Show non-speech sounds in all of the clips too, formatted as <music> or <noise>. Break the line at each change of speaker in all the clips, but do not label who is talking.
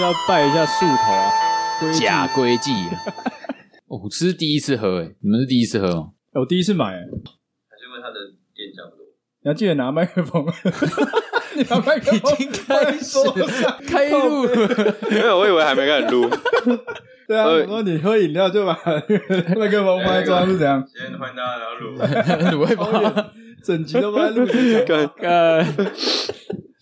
要拜一下树头啊。龟记
假龟记、
<laughs>
啊。哦我是第一次喝诶、欸你们是第一次喝哦吗？
我第一次买、欸，
还是因为它的店价不多。
你要记得拿麦
<laughs>
克风。你拿麦克风放在桌上，
开路，
没 <laughs> 有，我以为还没开始
<laughs>
录。
对
哎
啊，
呃
我说你喝饮料就把麦克风放在桌上是
<laughs>
怎样？
今天欢迎大家来到录，
卤味
超远
包。
整集都放在录音上。
干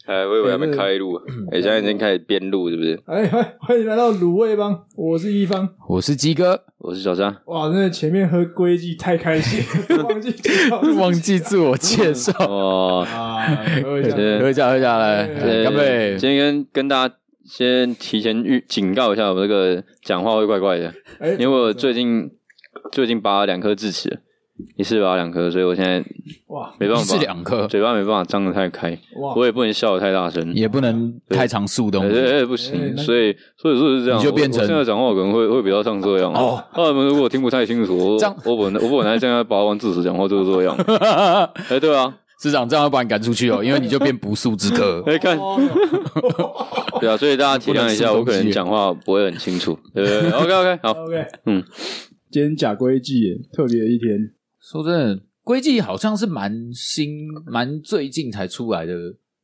呃，
哎，我以为还没开录，哎，现在已经开始边录，是不是？
哎，欢欢迎来到卤味帮，我是一方。
我是鸡哥，
我是小张，
哇，真的前面喝龟记太开心，
<laughs>
忘记介绍自己
忘记自我介绍。
哦，
啊，喝一
<laughs>
下。
对
喝一下，喝一下来，
对
呃
哎干杯！
今天跟跟大家先提前预警告一下，我们这个讲话会怪怪的，
哎，
因为我最近最近拔了两颗智齿，一次拔了两颗，所以我现在
哇
没办
一次
法，
两颗，哦
嘴巴没办法张得太开，
哇，
我也不能笑得太大声，
也不能太常速动
哎。哎、不
哎
行，
那
所以所以说是这样，
你就变成
我我现在讲话可能会会比较像这样啊
哦。
他们如果听不太清楚，我
这样
我本来我本来现在拔完智齿讲话就是这样。哎、对啊，
市长这样要把你赶出去哦，因为你就变不速之客。
哎、看，对啊，所以大家体谅一下，
不能吃东西
我可能讲话不会很清 <laughs> 楚。对对对，OK OK，好，
<laughs> OK，
嗯，
今天假龟记耶，特别的一天。
说真的，龟记好像是蛮新、蛮最近才出来的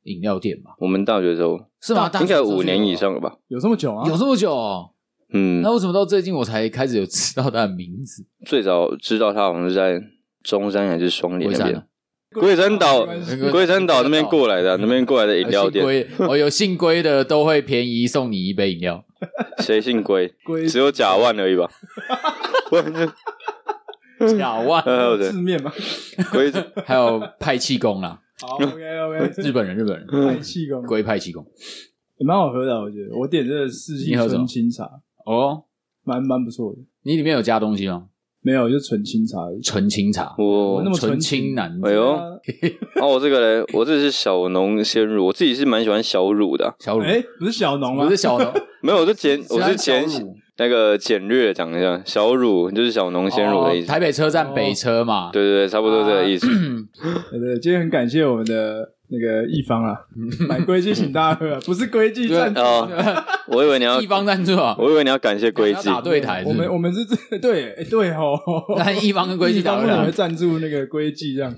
饮料店吧？
我啊们大学的时候
是吗？
应该
大家
有
都知道
五年以上了吧？
有这么久啊？
有这么久哦？
嗯
那，为什么到最近我才开始有知道它的名字？
最早知道他好像是在中山还是双连
龟
那
山
边
啊，
龟山岛
没关
那
系
个
龟山岛那边过来的，那边过来的饮
有
料店，
姓龟呃哦，有姓龟的都会便宜送你一杯饮料。
谁姓龟？
龟
只有甲万而已 <laughs> 吧。
嗯
假万，
还有
字？
谁
面吧。
呃龟
还有派气功啦，
<laughs>
好，OK OK，
日本人，日本人，
太气功，
龟派气功。
蛮好喝的，我觉得。我点这个四季
你喝什
纯
么
清茶，
哦，
蛮蛮不错的。
你里面有加东西吗？
没有，就纯清茶而已。
纯青茶，
我
我
那么纯
纯
情
青男子
哎呦
对
哦，我这个嘞，我这是小农鲜乳，我自己是蛮喜欢小乳的啊、
小乳
啊，，哎，不是小农吗？
不是小农，
没有，我是简， <laughs> 我是
小
简
乳，
那个简略讲一下，小乳就是小农鲜乳的意
哦
思。
台北啊车站北车嘛，
对对对，差不多这个
<laughs>
意思。
对对，今天很感谢我们的那个一
<laughs>
方啊，买龟记请大家喝啊，不是龟记赞助
啊
对哦我以为你
<laughs>
要
地，方赞助啊，
我以为你要感谢龟
要
记，
打对台是
我
不是
们我们是这对哎对
<laughs>
哦，
但一方跟龟记打
一
对
方为什么会
台
赞助那个龟记这样？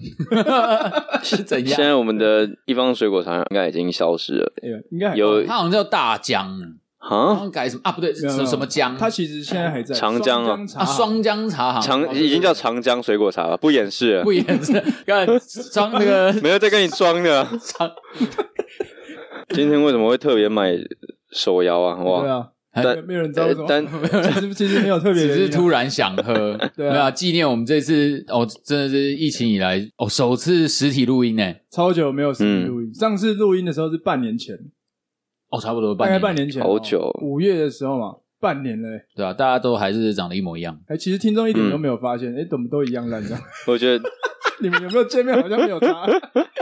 是怎
现
样？
在我们的一方水果茶应该已经消失了。
哎呦应该还
有
它好像叫大江啊，好
啊，
像改什么啊？不对，
没有没
什
有
什么江？
它其实现在还在
长江啊
双
啊，
茶
双江茶行
长已经叫长江水果茶了，不掩饰
<laughs>
了
不，掩饰，看张那 <laughs> 个
没有在跟你装的。
张，
<laughs> 今天为什么会特别买手摇啊？
对
哇，
啊，
但呃
没有人知道为什么，
但
<laughs>
<laughs> 其实其实没有特别
只
的原
是
因啊，
突然想 <laughs> 喝，
对啊
没有啊纪念我们这次哦，真的是疫情以来哦首次实体录音呢，
超久没有实体
嗯
录音，上次录音的时候是半年前，
哦差不多
大
半
概
年，
半年前哦，
好久
五月的时候嘛，半年了欸。
对啊，大家都还是长得一模一样，
哎，其实听众一点
嗯
都没有发现，哎，怎么都一样烂这样？ <laughs>
我觉得
你们有没有见面好像没有差？
<laughs>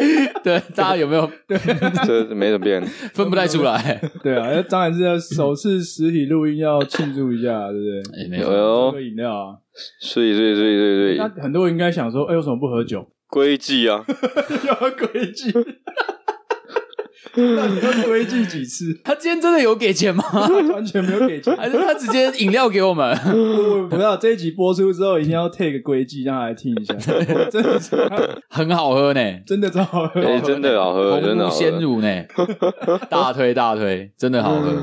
<laughs>
对，大家有没有
这没怎么变。
<laughs>
<laughs>
分不太出来？
对啊，那当然是要首次实体录音要庆祝一下，对不对？
哎没
有
有，
哟
喝，个饮料啊，
所以所以所以所以所
<laughs>
以
那很多人应该想说，哎，为什么不喝酒？
规矩啊，
要喝规矩，那你要规矩几次？
<laughs> 他今天真的有给钱吗？
完全没有给钱。
还是他直接饮料给我们？ <laughs>
我不知道这一集播出之后，一定要 take 规矩让他来听
<laughs>
一下，真的是
很好喝呢，
真的超好喝。
<laughs> 哎、真的好喝，真
红
的
露
好
鲜
喝。
乳
<laughs>
呢，大推大推，真的好
嗯
喝。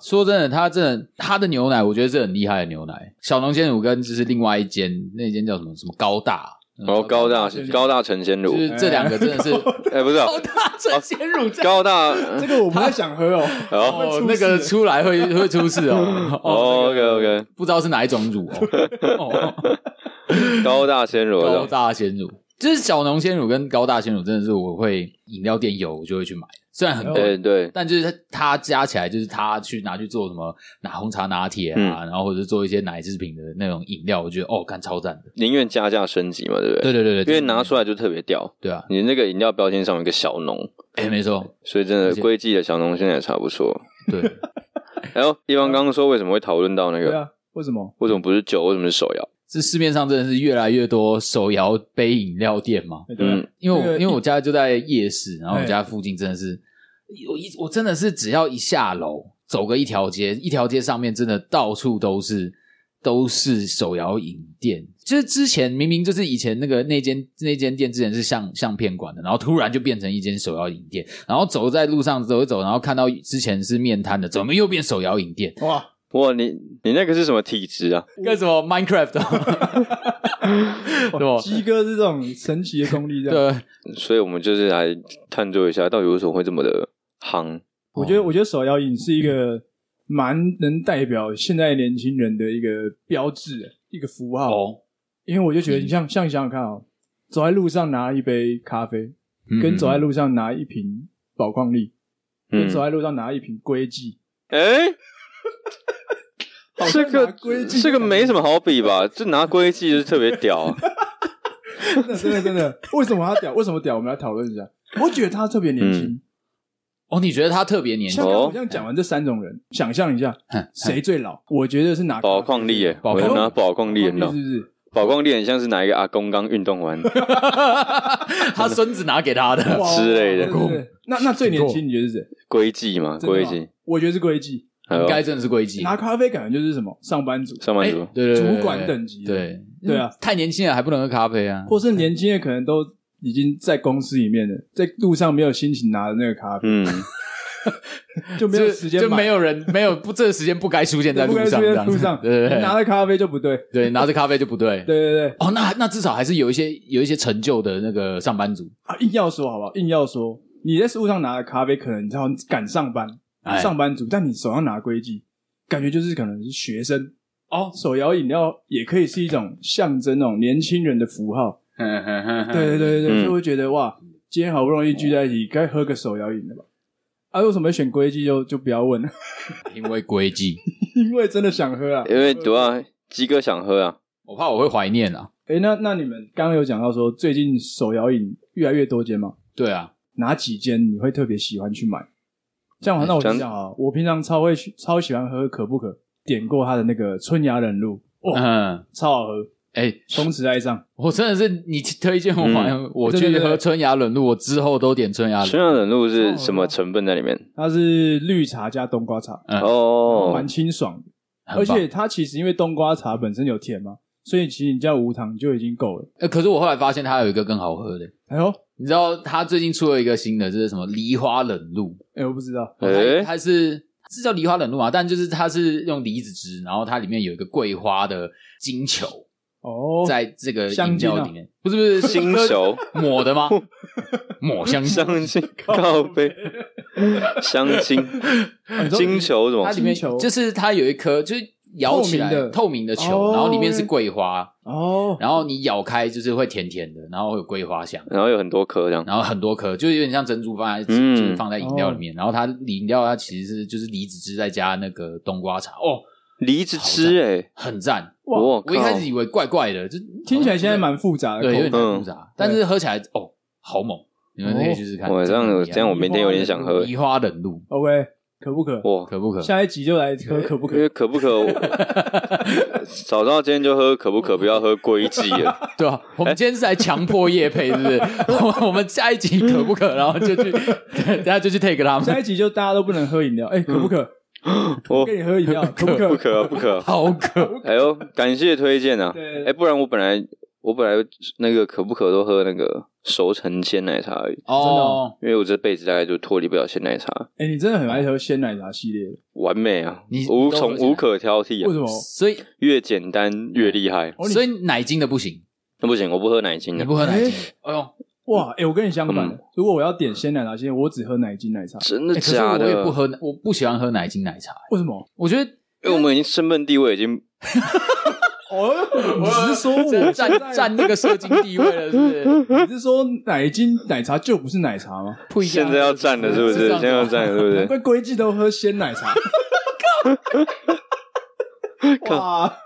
说真的，它真的它的牛奶，我觉得是很厉害的牛奶。小农鲜乳跟就是另外一间那间叫什么什么高大，呃
然后哦高大高大成鲜乳
就，是这两个真的是
哎、不是、啊、
高大成鲜乳在
<laughs> 高大，
这个我不太想喝哦。
哦
哦，那个出来会会出事 <laughs> 哦。
哦
那个
OK，OK
不知道是哪一种乳
<laughs>
哦。哦
高大鲜乳，
高
我知道
大鲜乳，就是小农鲜乳跟高大鲜乳，真的是我会饮料店有我就会去买，虽然很
哎、
贵，
对，
但就是它它加起来，就是它去拿去做什么拿红茶拿铁
嗯
啊，然后或者是做一些奶制品的那种饮料，我觉得哦，干超赞的。
宁愿加价升级嘛，对不对？
对对对对，
因为拿出来就特别屌，
对啊，
你那个饮料标签上有一个小农，
哎，没错，
所以真
而
的
且
龟记的小农现在也差不错。
对，
然后一方刚刚说为什么会讨论到那
对
个，
啊，为什么？
为什么不是酒，为什么是手摇？
这市面上真的是越来越多手摇杯饮料店嘛，
哎对啊
嗯，
因为
那个
我因为我家就在夜市，然后
哎
我家附近真的是，我一我真的是只要一下楼走个一条街，一条街上面真的到处都是都是手摇饮店。就是之前明明就是以前那个那间那间店之前是相相片馆的，然后突然就变成一间手摇饮店。然后走在路上走一走，然后看到之前是面摊的，怎么又变手摇饮店？
哇，
哇，你你那个是什么体质啊？
干 <laughs> 什么 Minecraft？对吧
哇鸡哥是这种神奇的功力，这
<laughs>
样。
对，
所以我们就是来探究一下，到底为什么会这么的夯。
我
哦
觉得，我觉得手摇饮是一个蛮能代表现在年轻人的一个标志，一个符号。
哦，嗯
因为我就觉得，你像像你想想看哦，走在路上拿一杯咖啡，跟走在路上拿一瓶宝矿力，
嗯
跟，走在路上拿一瓶龟记，
哎、
好像
这个
拿龟记
这个没什么好比吧？这拿龟记就是特别屌、啊， <laughs>
真的真的真的，为什么他屌？为什么屌？我们来讨论一下。我觉得他特别年
嗯
轻，
哦，你觉得他特别年轻
哦
像？刚我这样讲完这三种人，想象一下
哼
谁最老？我觉得是拿
嗯宝矿力耶，
宝
我
矿力
拿宝矿力
力是
很老
不，
<laughs>
是？
宝矿力很像是哪一个阿公刚运动
<laughs>
完，
他孙子拿给他的。
哇
之类的
对对对那那最年轻你觉得是谁？
龟记嘛，
真的
龟
吗
记，，
我觉得是龟记。
还有
应该真的是规矩。
拿咖啡感觉就是什么上班族，
上班族，
对对对对
主管等级的
对
对啊，
太年轻了还不能喝咖啡啊。
或是年轻的可能都已经在公司里面了，在路上没有心情拿的那个咖啡，
嗯，
就没有时间
就
买
没有人没有不，这个时间不该出现在路
不该
上，
出
这
现在
样子
路上，
对对
你拿
对，
着咖啡就不对，
<laughs> 对拿着咖啡就不对。
对对对
哦，那那至少还是有一些有一些成就的那个上班族，
啊！硬要说好不好？硬要说你在路上拿的咖啡，可能你知道你赶上班，
哎
<laughs>
上班族，但你手上拿规矩，感觉就是可能是学生哦。手摇饮料也可以是一种象征那种年轻人的符号，对对对对对，
嗯
所以我觉得哇，今天好不容易聚在一起，该喝个手摇饮了吧？啊，为什么选规矩就就不要问了？ <laughs>
对，因为规矩， <laughs>
因为真的想喝啊。
呃
因为主要鸡哥想喝啊，
我怕我会怀念啊。
哎、那那你们刚刚有讲到说，最近手摇饮越来越多间嘛，
对啊，
哪几间你会特别喜欢去买？这样，那我就
哎讲
讲啊，我平常超会去超喜欢喝可不可，点过他的那个春芽冷露，哇、
嗯，
超好喝，
哎，
从此爱上。
我真的是你推荐我玩，我
对
去
对对
喝春芽冷露，我之后都点春芽
啊
冷
春
露。
阳冷露嗯
哦
是什么成分在里面？
它是绿茶加冬瓜茶，
嗯
哦
啊蛮，清爽的。
很
而
棒
且它其实因为冬瓜茶本身有甜嘛，所以其实你叫无糖就已经够了。
呃，可是我后来发现它有一个更好喝的，
哎呦，
你知道它最近出了一个新的，这是什么梨花冷露？
哎，我不知道，
它
诶
它是是叫梨花冷露嘛？但就是它是用梨子汁，然后它里面有一个桂花的金球，
哦，
在这个
香
饮
精啊
料里面，不是不是是
新手
抹的
<laughs>
吗？抹香精，
相亲告杯，相
<laughs>
亲
哦你说
金球什么
它里面
金球
就是它有一颗就是。咬起来
透明的
透明的球，
哦
然后里面是桂花，
哦，
然后你咬开就是会甜甜的，然后会有桂花香。
然后有很多颗这样。
然后很多颗，就有点像珍珠放在、
嗯
就是放在饮料里
哦
面。然后它饮料它其实是就是梨子汁再加那个冬瓜茶，哦，
梨子汁哎，
很赞。
哇
我
我一开始
靠嗯
以为怪怪的，就
听起来现在蛮复杂的口
对，有
感
点。复杂，但是喝起来哦，好猛！你们
哦
可以去试试看。
我这样我这样我
没
明天有点想喝
梨花冷露，
OK，可不可？
哇，
可不可？
下一集就来喝可不
因
可
为？可不可，我早知道今天就喝可不可，不要喝龟记
<laughs>
了。
对啊，我们今天是来强迫叶配，是不是？我我们下一集可不可？然后就去，等下就去 take 他
下
们，
一集就大家都不能喝饮料，哎，可不可？
我
我跟你喝饮料， <laughs> 可不
哦
可？
不可啊不可，
好渴。
哎呦，感谢推荐啊！
对
哎，不然我本来我本来那个可不可都喝那个熟成鲜奶茶而已，
的
哦
哦，
因为我这辈子大概就脱离不了鲜奶茶，
哎，你真的很爱喝鲜奶茶系列的，
完美啊
你，都
无
喝
从
鲜奶
无可挑剔
为什
啊！
么？
所以
越简单越厉害。
哦你
所以奶精的不行，
那不行，我不喝奶精
哎
啊
你
的，
不喝奶精的。哎呦，
哇，哎，我跟你相反，如果我要点鲜奶茶系列，我只喝奶精奶茶，
真
欸
的
可是
假
我也
的
不？喝，我不喜欢喝奶精奶茶、欸
为什么？
我觉得
因为我们已经身份地位已经
哦， <laughs> 你是说我
占
现在 <laughs>
占那个社经地位了，是不是？
你是说奶精奶茶就不是奶茶吗？
不一样啊
现在要站了，是不是？
这样
现
子
在
吗
要站了，是不
<laughs>
难
是？
怪规矩都喝鲜奶 <laughs> 茶。哇，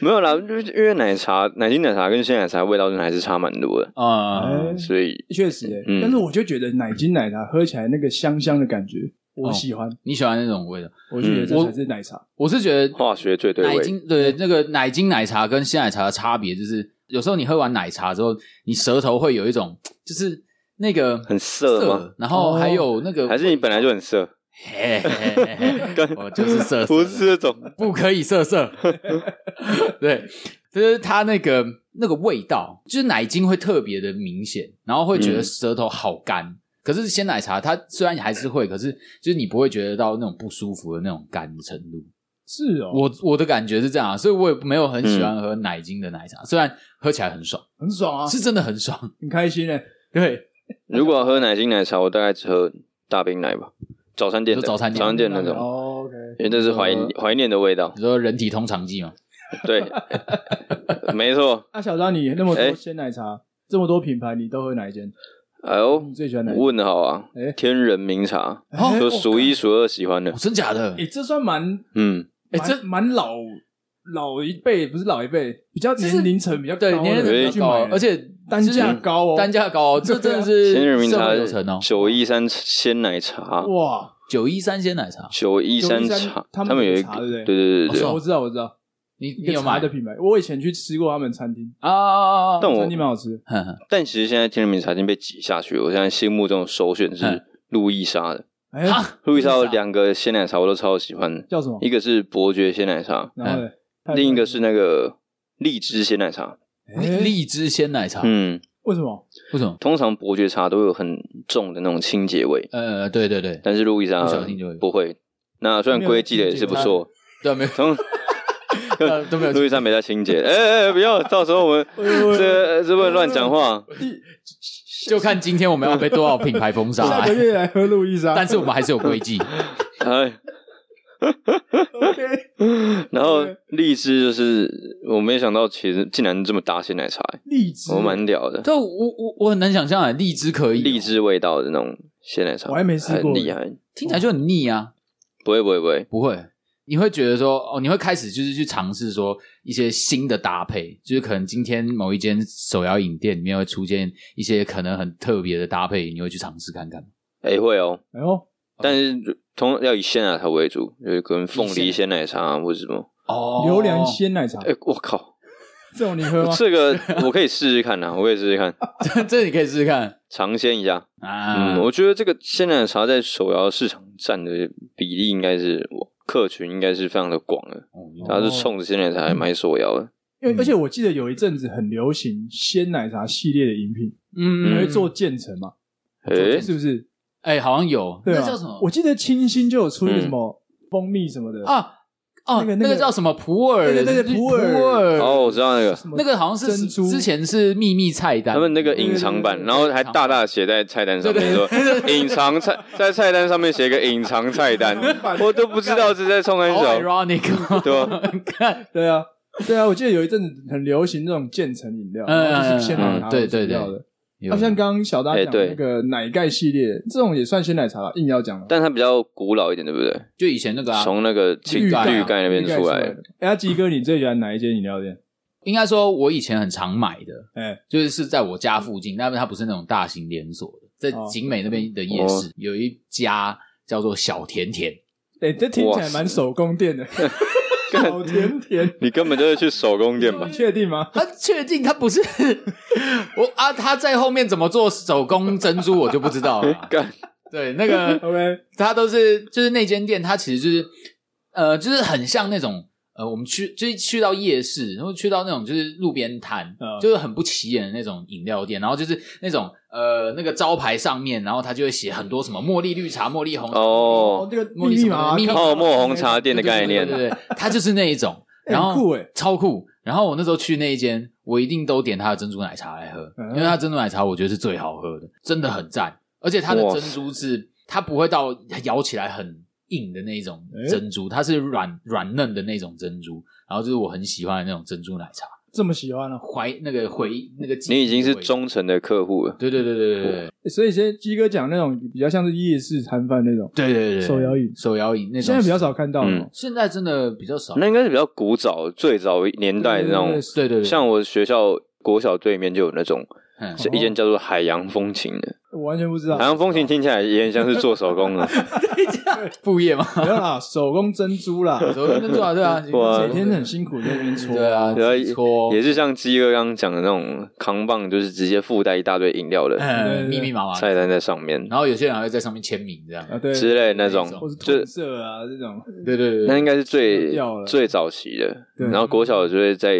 没有啦，就是因为奶茶、奶精奶茶跟鲜奶茶味道真的还是差蛮多的，
啊
哎，
所以
确实欸
嗯
但是我就觉得奶精奶茶喝起来那个香香的感觉，我喜欢，
你喜欢那种味道？
我就觉得
嗯
这才是奶茶。
我是觉得
化学最对
奶
味。
精对那个奶精奶茶跟鲜奶茶的差别，就是有时候你喝完奶茶之后，你舌头会有一种就是那个
很涩吗
然后还有那个
还是你本来就很涩？
嘿嘿嘿 <laughs> 嘿我哦就是色色的，
不是这种，
不可以色
<laughs>
色。对，就是它那个那个味道，就是奶精会特别的明显，然后会
嗯
觉得舌头好干。可是鲜奶茶它虽然还是会，可是就是你不会觉得到那种不舒服的那种干的程度。
是哦，
我我的感觉是这样啊，所以我也没有很喜欢喝奶精的奶茶，
嗯
虽然喝起来很爽，
很爽啊，
是真的很爽。
很开心哎诶。
对，
如果要喝奶精奶茶，我大概只喝大冰奶吧，早餐店的
就早餐店
店那种，
哦，OK，
因为这是怀
呃
怀念的味道。
你说人体通肠剂嘛，
对，没错。
那啊小张，你那么多
哎
鲜奶茶，这么多品牌，你都喝哪一间？
哎呦
你，最喜欢哪一间？
问的好啊
哎，
天人名茶，
哎
就数一数二喜欢的
哦、。真假的？
诶，这算蛮
嗯，
哎
蛮
这
蛮老老一辈，不是老一辈，比较
就是
年龄层比较高
对
的，
年
层
龄
比
很
去
高
买
哦，
的，
而且
单价
就是
高哦，
单价高哦，这真的
<laughs>
是
天人名
社
茶
会有成哦。
九一三鲜奶茶，
哦哇，
九一三鲜奶茶，
九一三
913
茶，
他们
们有
有
一
茶对
个，
不对
对对对对
哦是哦
对，
我知道我知道，
你
一
你
个
有买
茶的品牌，我以前去吃过他们餐厅，
啊啊？啊啊
但我
餐厅蛮好吃的，
哼哼
但其实现在天人名茶已经被挤下去了。我现在心目中的首选
嗯
是路易莎的，
哎，
啊
路易莎有
路易莎
两个鲜奶茶我都超喜欢的，
叫什么？
一个是伯爵鲜奶茶，
然后呢
嗯另一个是那个荔枝鲜奶茶。
哎
荔枝鲜奶茶，
嗯，
为什么？
为什么？
通常伯爵茶都有很重的那种清洁味，
呃，对对对，
但是路易莎
不小心就会
不会。那虽然
没有
归记得也是不错，
对啊没有，
从
<laughs>
呃都没有
路易莎没在清洁。哎哎哎，不要，到时候我们这个是不是乱讲话？
<laughs>
啊
<laughs> 就看今天我们要被多少品牌封杀。啊
下个月啊来喝路易莎，
但是我们还是有规矩，
哎。
OK， <laughs>
然后
对
荔枝就是我没想到，其实竟然这么搭鲜奶茶、欸，
荔枝，
我蛮屌的，
但我我我很难想象啊，荔枝可以哦，
荔枝味道的那种鲜奶茶，
我还没试过
很厉害。
听起来就很腻啊，
不会不会不会，
不会，你会觉得说哦，你会开始就是去尝试说一些新的搭配，就是可能今天某一间手摇饮店里面会出现一些可能很特别的搭配，你会去尝试看看。
哎、会哦，
哎呦，
但是通要以鲜奶茶为主，就是可能凤梨鲜奶茶、啊、或者什么。
哦
榴莲鲜奶茶
哎、我靠，
这种你喝吗？
这个我可以试试看呐、啊我可以试试看，
<laughs> 这你可以试试看
尝鲜一下。
啊。
嗯，我觉得这个鲜奶茶在手摇市场占的比例应该是客群应该是非常的广的，
哦
大家是冲着鲜奶茶来买手摇的。
因为而且我记得有一阵子很流行鲜奶茶系列的饮品，你
嗯
会做渐层嘛？
哎、
是不是？
哎，好像有，
对
那
啊
叫什么？
我记得清新就有出一个什么
嗯
蜂蜜什么的，
啊哦，
那个那
那
个
个叫什么普洱？
对对对
是
普
普
洱
哦，我知道那个，
什么
那个好像是
珍珠
之前是秘密菜单，
他们那个隐藏
嗯
版，然后还大大写在菜单上面说隐藏菜，在菜单上面写个隐藏菜单，我都不知道是在冲安
好
小，
ironic，哦
<laughs> 对吧？
看，
对啊，对啊，我记得有一阵子很流行这种渐层饮料，
嗯
然后就是鲜奶茶
嗯对对
饮料的。
有
啊，像刚刚小大
哎
讲的
对
那个奶盖系列，这种也算鲜奶茶吧，硬要讲了。
但它比较古老一点，对不对？
就以前那个啊，
从那个
绿
绿
盖啊
绿盖那边
应该是
出来
的。哎，啊吉哥，你最喜欢哪一间饮料店？
应该说我以前很常买的，
哎，
就是是在我家附近，但是它不是那种大型连锁的，在
哦
景美那边的夜
哦
市、有一家叫做小甜甜，
哎，这听起
哇
来
塞
蛮手工
<laughs>
店的，好甜甜。
你根本就是去手工店吧。
你？确定吗？
他确定他不是 <laughs> 我啊？他在后面怎么做手工珍珠我就不知道了啊
<laughs> 干，
对，那个
OK，
他都是就是那间店，它其实就是呃，就是很像那种。呃，我们去就是去到夜市，然后去到那种就是路边摊，
嗯
就是很不起眼的那种饮料店，然后就是那种呃那个招牌上面，然后它就会写很多什么茉莉绿茶、茉莉红茶、
哦，
这个
茉莉什么的
密
密码
码
泡沫红茶店的概
对对
念，
对对，它就是那一种，
<laughs> 哎
然后
很酷哎
超酷。然后我那时候去那一间，我一定都点它的珍珠奶茶来喝，
嗯
因为它珍珠奶茶我觉得是最好喝的，真的很赞。而且它的
哇
珍珠是它不会到咬起来很硬的那一种
哎
珍珠，它是软软嫩的那种珍珠。然后就是我很喜欢的那种珍珠奶茶，
这么喜欢了、哦
怀那个回忆那个记忆
你已经是
回忆，
忠诚的客户了。
对对对对对对
所以现在鸡哥讲那种比较像是夜市摊贩那种，
对对对，
手摇饮
手摇饮那种，
现在比较，少看到哦了、
嗯
现在真的比较少。
那应该是比较古早、最早年代的那种
对对对
对对对，
像我学校国小对面就有那种
嗯
是一间叫做海洋风情的。
我完全不知道。
海洋风情听起来也很像是做手工的，
副
<laughs>
业嘛，
没有啦，手工珍珠啦，
手工珍珠啊，对啊，
哇
每天很辛苦在那边搓。
对啊，
呃对啊
自己搓
<laughs> 也是像鸡哥刚刚讲的那种扛棒，就是直接附带一大堆饮料的
对对
嗯，
对
密密麻麻，
菜单在上面
然后有些人还会在上面签名这样，
啊，对，
之类的那
那种
种，
或是
就
褪色啊这种，
对对对
那
对，
应该是最
掉了
最早期的。
对
然后国小就会在，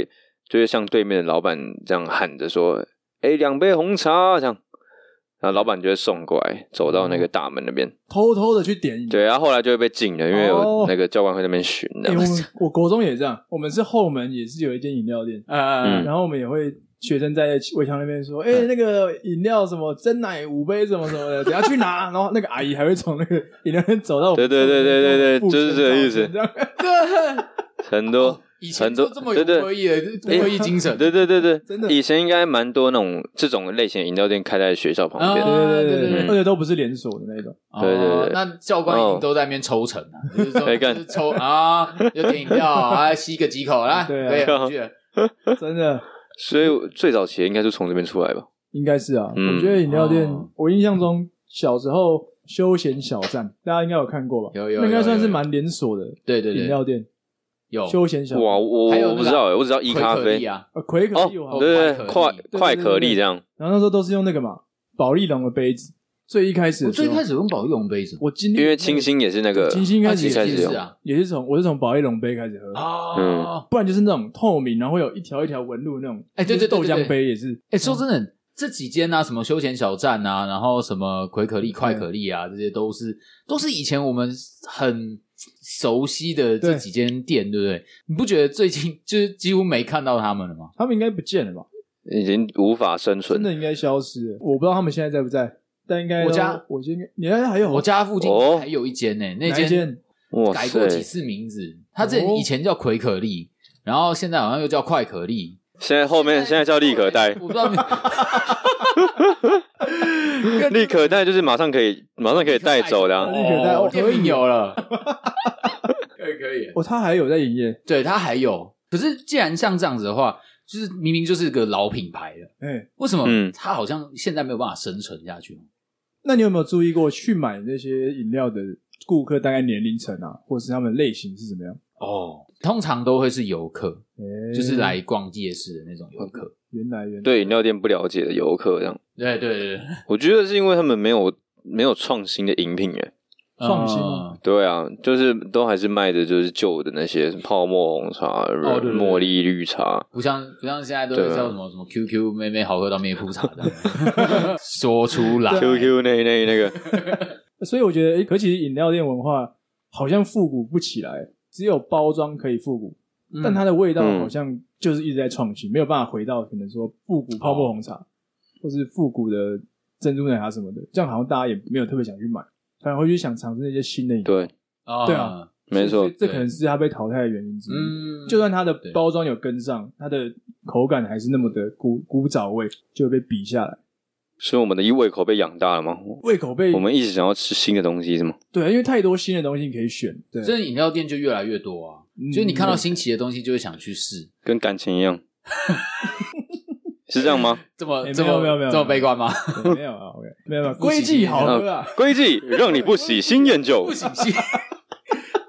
就会像对面的老板这样喊着说：“哎，两杯红茶。”啊这样，然后老板就会送过来，走到
哦
那个大门那边。
偷偷的去点饮料。
对，然后后来就会被禁了，因为
哦
有那个教官会在那边巡的
哎，我。们我 <laughs> 国中也这样，我们是后门也是有一间饮料店，啊
嗯
呃，
然后我们也会学生在围墙那边说，哎，那个饮料什么真奶五杯什么什
<laughs>
么的，等下去拿。然后那个阿姨还会从那个饮料店走到我们
对对对对对对就是这个意思啊
这样
很
哦
多，
以前
很多
就这么有
对对哎
会议的会议精神，
对对对对，
<laughs> 真的
以前应该蛮多那种这种类型的饮料店开在学校旁边
啊
对
的。
对对对
嗯
对，而且都不是连锁的那
<laughs>
种。
哦
对对对
那教官一定都在那边抽成啊，就是说
哎
就
干
是抽啊，有点饮料 <laughs> 啊，吸个几口来，
对
对，
啊
回去了
真的
所以最早期应该是从这边出来吧？
应该是啊。
嗯
我觉得饮料店
哦，
我印象中小时候休闲小站，大家应该有看过吧？
有有
那应
有
该算
有
是
有
蛮连锁的
对对
饮
对，
料店，
有
休闲小站
哦哇，我
还有那个
我不知道欸，我只知道一
葵
咖
可
啡
力啊，
呃葵可
哦
丽，
哦
我
对对
快
对，
可
快
力
对
快
对
可
对
力这样，
然后那时候都是用那个嘛，保丽龙的杯子。最一开始
我
的时
哦
候，
最开始用保育龙杯子，
我经历
因
那个
为清新也是那个，
清新一开始
一开
也
始
是
是
有
啊，
也是从我是从保丽龙杯开始喝，
哦
嗯，
不然就是那种透明，然后会有一条一条纹路那种。
哎对对对
豆
对对
浆杯也是，
哎，
嗯
说真的。这几间啊，什么休闲小站啊，然后什么葵可力、快可力啊，这些都是都是以前我们很熟悉的这
对
几间店，对不对？你不觉得最近就是几乎没看到他们了吗？
他们应该不见了吧？
已经无法生
真。
存
的应该消失了。我不知道他们现在在不在，但应该
我
都
家
我应该你还还有
我家附近
哦
还有一间呢、那
哪一
间
间
哇
改
塞
过，几次名字。它这
哦
以前叫葵可丽，然后现在好像又叫快可丽。
现在后面现在叫立可
<laughs>
带，
我不知
<laughs>
道你
立可带就是马上可以马上可以
<laughs>
带走的啊。
立可带
哦
哦
店
可以
名有了，
<laughs>
可以可以。
哦，他还有在营业，
对，它还有。可是既然像这样子的话，就是明明就是个老品牌了，
哎，
为什么
嗯
它好像现在没有办法生存下去？
那你有没有注意过去买那些饮料的顾客大概年龄层啊，或是他们类型是怎么样？
哦，通常都会是游客，
哎
就是来逛夜市的那种游客。
原来原来
对饮料店不了解的游客这样，
对对对，对
我觉得是因为他们没有没有创新的饮品哎。
创新
嗯
对啊，就是都还是卖的就是旧的那些泡沫红茶、
哦对对对
茉莉绿茶，
不像不像现在都是
对啊
叫什么什么 QQ 妹妹好喝到面铺茶这
<laughs>
样，说出来
QQ 那那那个，
所以我觉得，诶可其实饮料店文化好像复古不起来，只有包装可以复古，
嗯
但它的味道
嗯
好像就是一直在创新，没有办法回到可能说复古泡沫红茶，或是复古的珍珠奶茶什么的，这样好像大家也没有特别想去买，反而会去想尝试那些新的饮料。
对，
啊
对啊，
没
所
错
以，这可能是它被淘汰的原因之一。
嗯，
就算它的
对
包装有跟上，它的口感还是那么的古古早味，就会被比下来。
所以我们的胃口被养大了吗？
胃口被
我们一直想要吃新的东西是吗？
对，啊因为太多新的东西可以选。对，
这饮料店就越来越多啊，
嗯
就是你看到新奇的东西就会想去试，
跟感情
<laughs>
一样，是这样吗？
这么
哎
这
没有
么
没有没有
这么悲观吗？
对没有啊，OK，没 <laughs> 有没有，
不喜
规矩好喝啊。
规矩让你不喜新厌旧
<laughs> 不。行，信，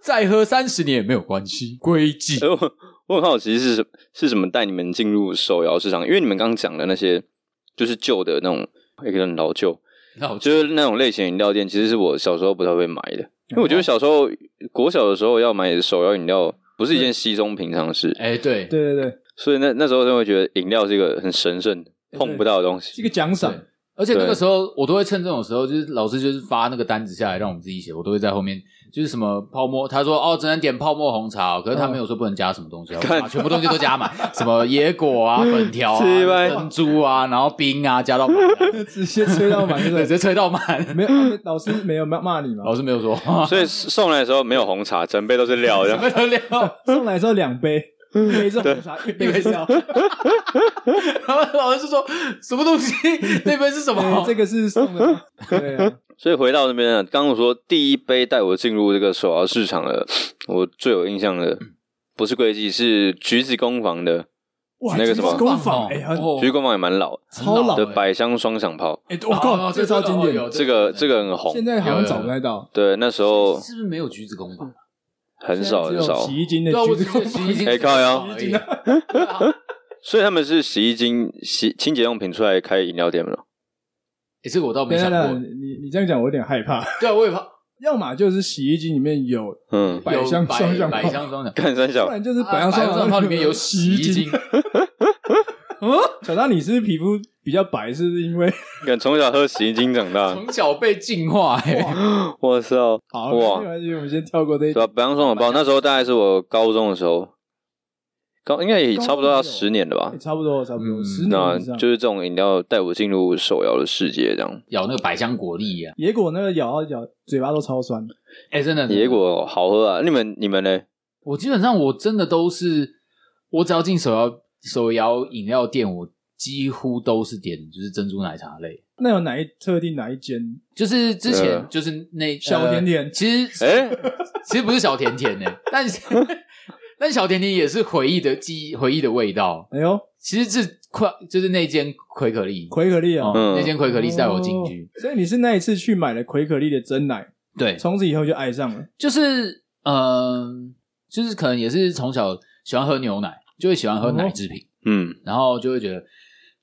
再喝三十年也没有关系，规矩
哎，我我很好奇是什是什么带你们进入手摇市场？因为你们刚刚讲的那些就是旧的那种，也可能老旧，
那我就
就是那种类型饮料店，其实是我小时候不太会买的，因为我觉得小时候国小的时候要买手摇饮料不是一件稀松平常的事，
哎对，
对对对，
所以那那时候就会觉得饮料是一个很神圣、碰不到的东
是一
西。
个奖赏
对。而且那个
对
时候我都会趁这种时候，就是老师就是发那个单子下来让我们自己写，我都会在后面就是什么泡沫，他说哦只能点泡沫红茶哦、可是他
嗯
没有说不能加什么东西啊，我
看
把全部东西都加满，什么野果啊、粉条啊、
是吧
珍珠啊，然后冰啊加到满，
<laughs> 直接吹到满，
对，<laughs>
对
直
不
接吹到
对？
满，
没有老师没有骂骂你吗？
老师没有说，
<laughs> 所以送来的时候没有红茶，整杯都是
<laughs>
料，这样
没有料，
送来之后两杯，一杯是红茶，一杯是料。
然后老师就说什么东西，那边是什么
对，？哎这个是送的吗。对啊，
所以回到那边啊，刚刚我说第一杯带我进入这个手摇
嗯
市场的，我最有印象的不是贵记，是橘子工坊的
哇，
那个什么
鞠躬坊，哎，很
哦
徐光芒也蛮老，
超老
的
欸
百香双响炮，
哎，我
哦
靠，这个超经典的，
这个这个很红
现。在好像找不太到，
对，那时候
是不是没有橘子工坊？
很少
现
很
在只有
少，
洗衣精的
对啊，
橘
我
子
只
工
是
坊
洗衣精
<laughs>
哎靠腰
而已对啊
所以他们是洗衣精、洗清洁用品出来开饮料店了。
哎，这个我倒没
等一下
想
等
过
一下。你你这样讲，我有点害怕。
对啊，我也怕
要么就是洗衣机里面有，
嗯，
百香
有百
双响炮
百香双响。
干三
不
小，
然就是
百
百香
香
双
双
炮
炮里面
<laughs>
有洗衣精，
啊
小张，你是不是皮肤比较白，是不是
<laughs>
因为
干从小喝洗衣精长大。
从小被净化。哎
我操！
好？
哇
没关系，我们先跳过这一
对啊，
段。
百香双响炮，那时候大概是我高中的时候，高应该也差不多要十年了吧
哎。差不多，差不多，
嗯
十年
啊那
以上。
就是这种饮料带我进入手摇的世界，这样
咬那个百香果粒呀，
野果那个咬啊咬，嘴巴都超酸。
哎，真的。真的
野果好喝啊！你们你们呢？
我基本上我真的都是，我只要进手摇手摇饮料店，我几乎都是点就是珍珠奶茶类。
那有哪一特定哪一间？
就是之前
呃
就是那
小甜甜
呃其实
哎，
<laughs> 其实不是小甜甜呢、欸但是 <laughs> 但小甜甜也是回忆的记忆回忆的味道。
哎呦，
其实是快就是那间奎可丽，
奎可丽
哦
啊，
嗯
那间奎可丽是带我进去，
哦所以你是那一次去买了奎可丽的真奶，
对，
从此以后就爱上了。
就是嗯、呃就是可能也是从小喜欢喝牛奶，就会喜
哦
欢喝奶制品。
嗯，
然后就会觉得，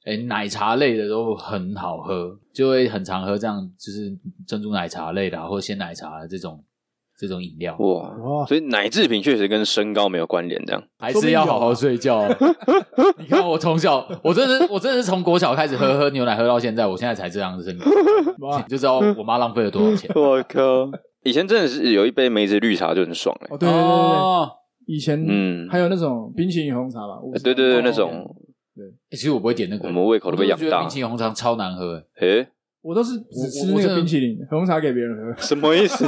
哎、奶茶类的都很好喝，就会很常喝这样，就是珍珠奶茶类的、啊、或者鲜奶茶的这种这种饮料，
哇，
哇，
所以奶制品确实跟身高没有关联，这样。
还是要
啊
好好睡
<laughs>
觉。你看我从小，我真的我真的是从国小开始喝喝牛奶喝到现在，我现在才这样子身高，
哇
你就知道我妈浪费了多少钱。
我靠！以前真的是有一杯梅子绿茶就很爽哎、
哦，对对对对对，
哦
以前
嗯哎
还有那种冰淇淋红茶吧？
对对对，
哦
那种
诶哎其实我不会点那个，
我们胃口都被养
我就觉得
大
冰。淇淋红茶超难喝、诶
诶，
我都是只吃
我我
那
真的
个冰淇淋，红茶给别人喝， <laughs>
什么意思？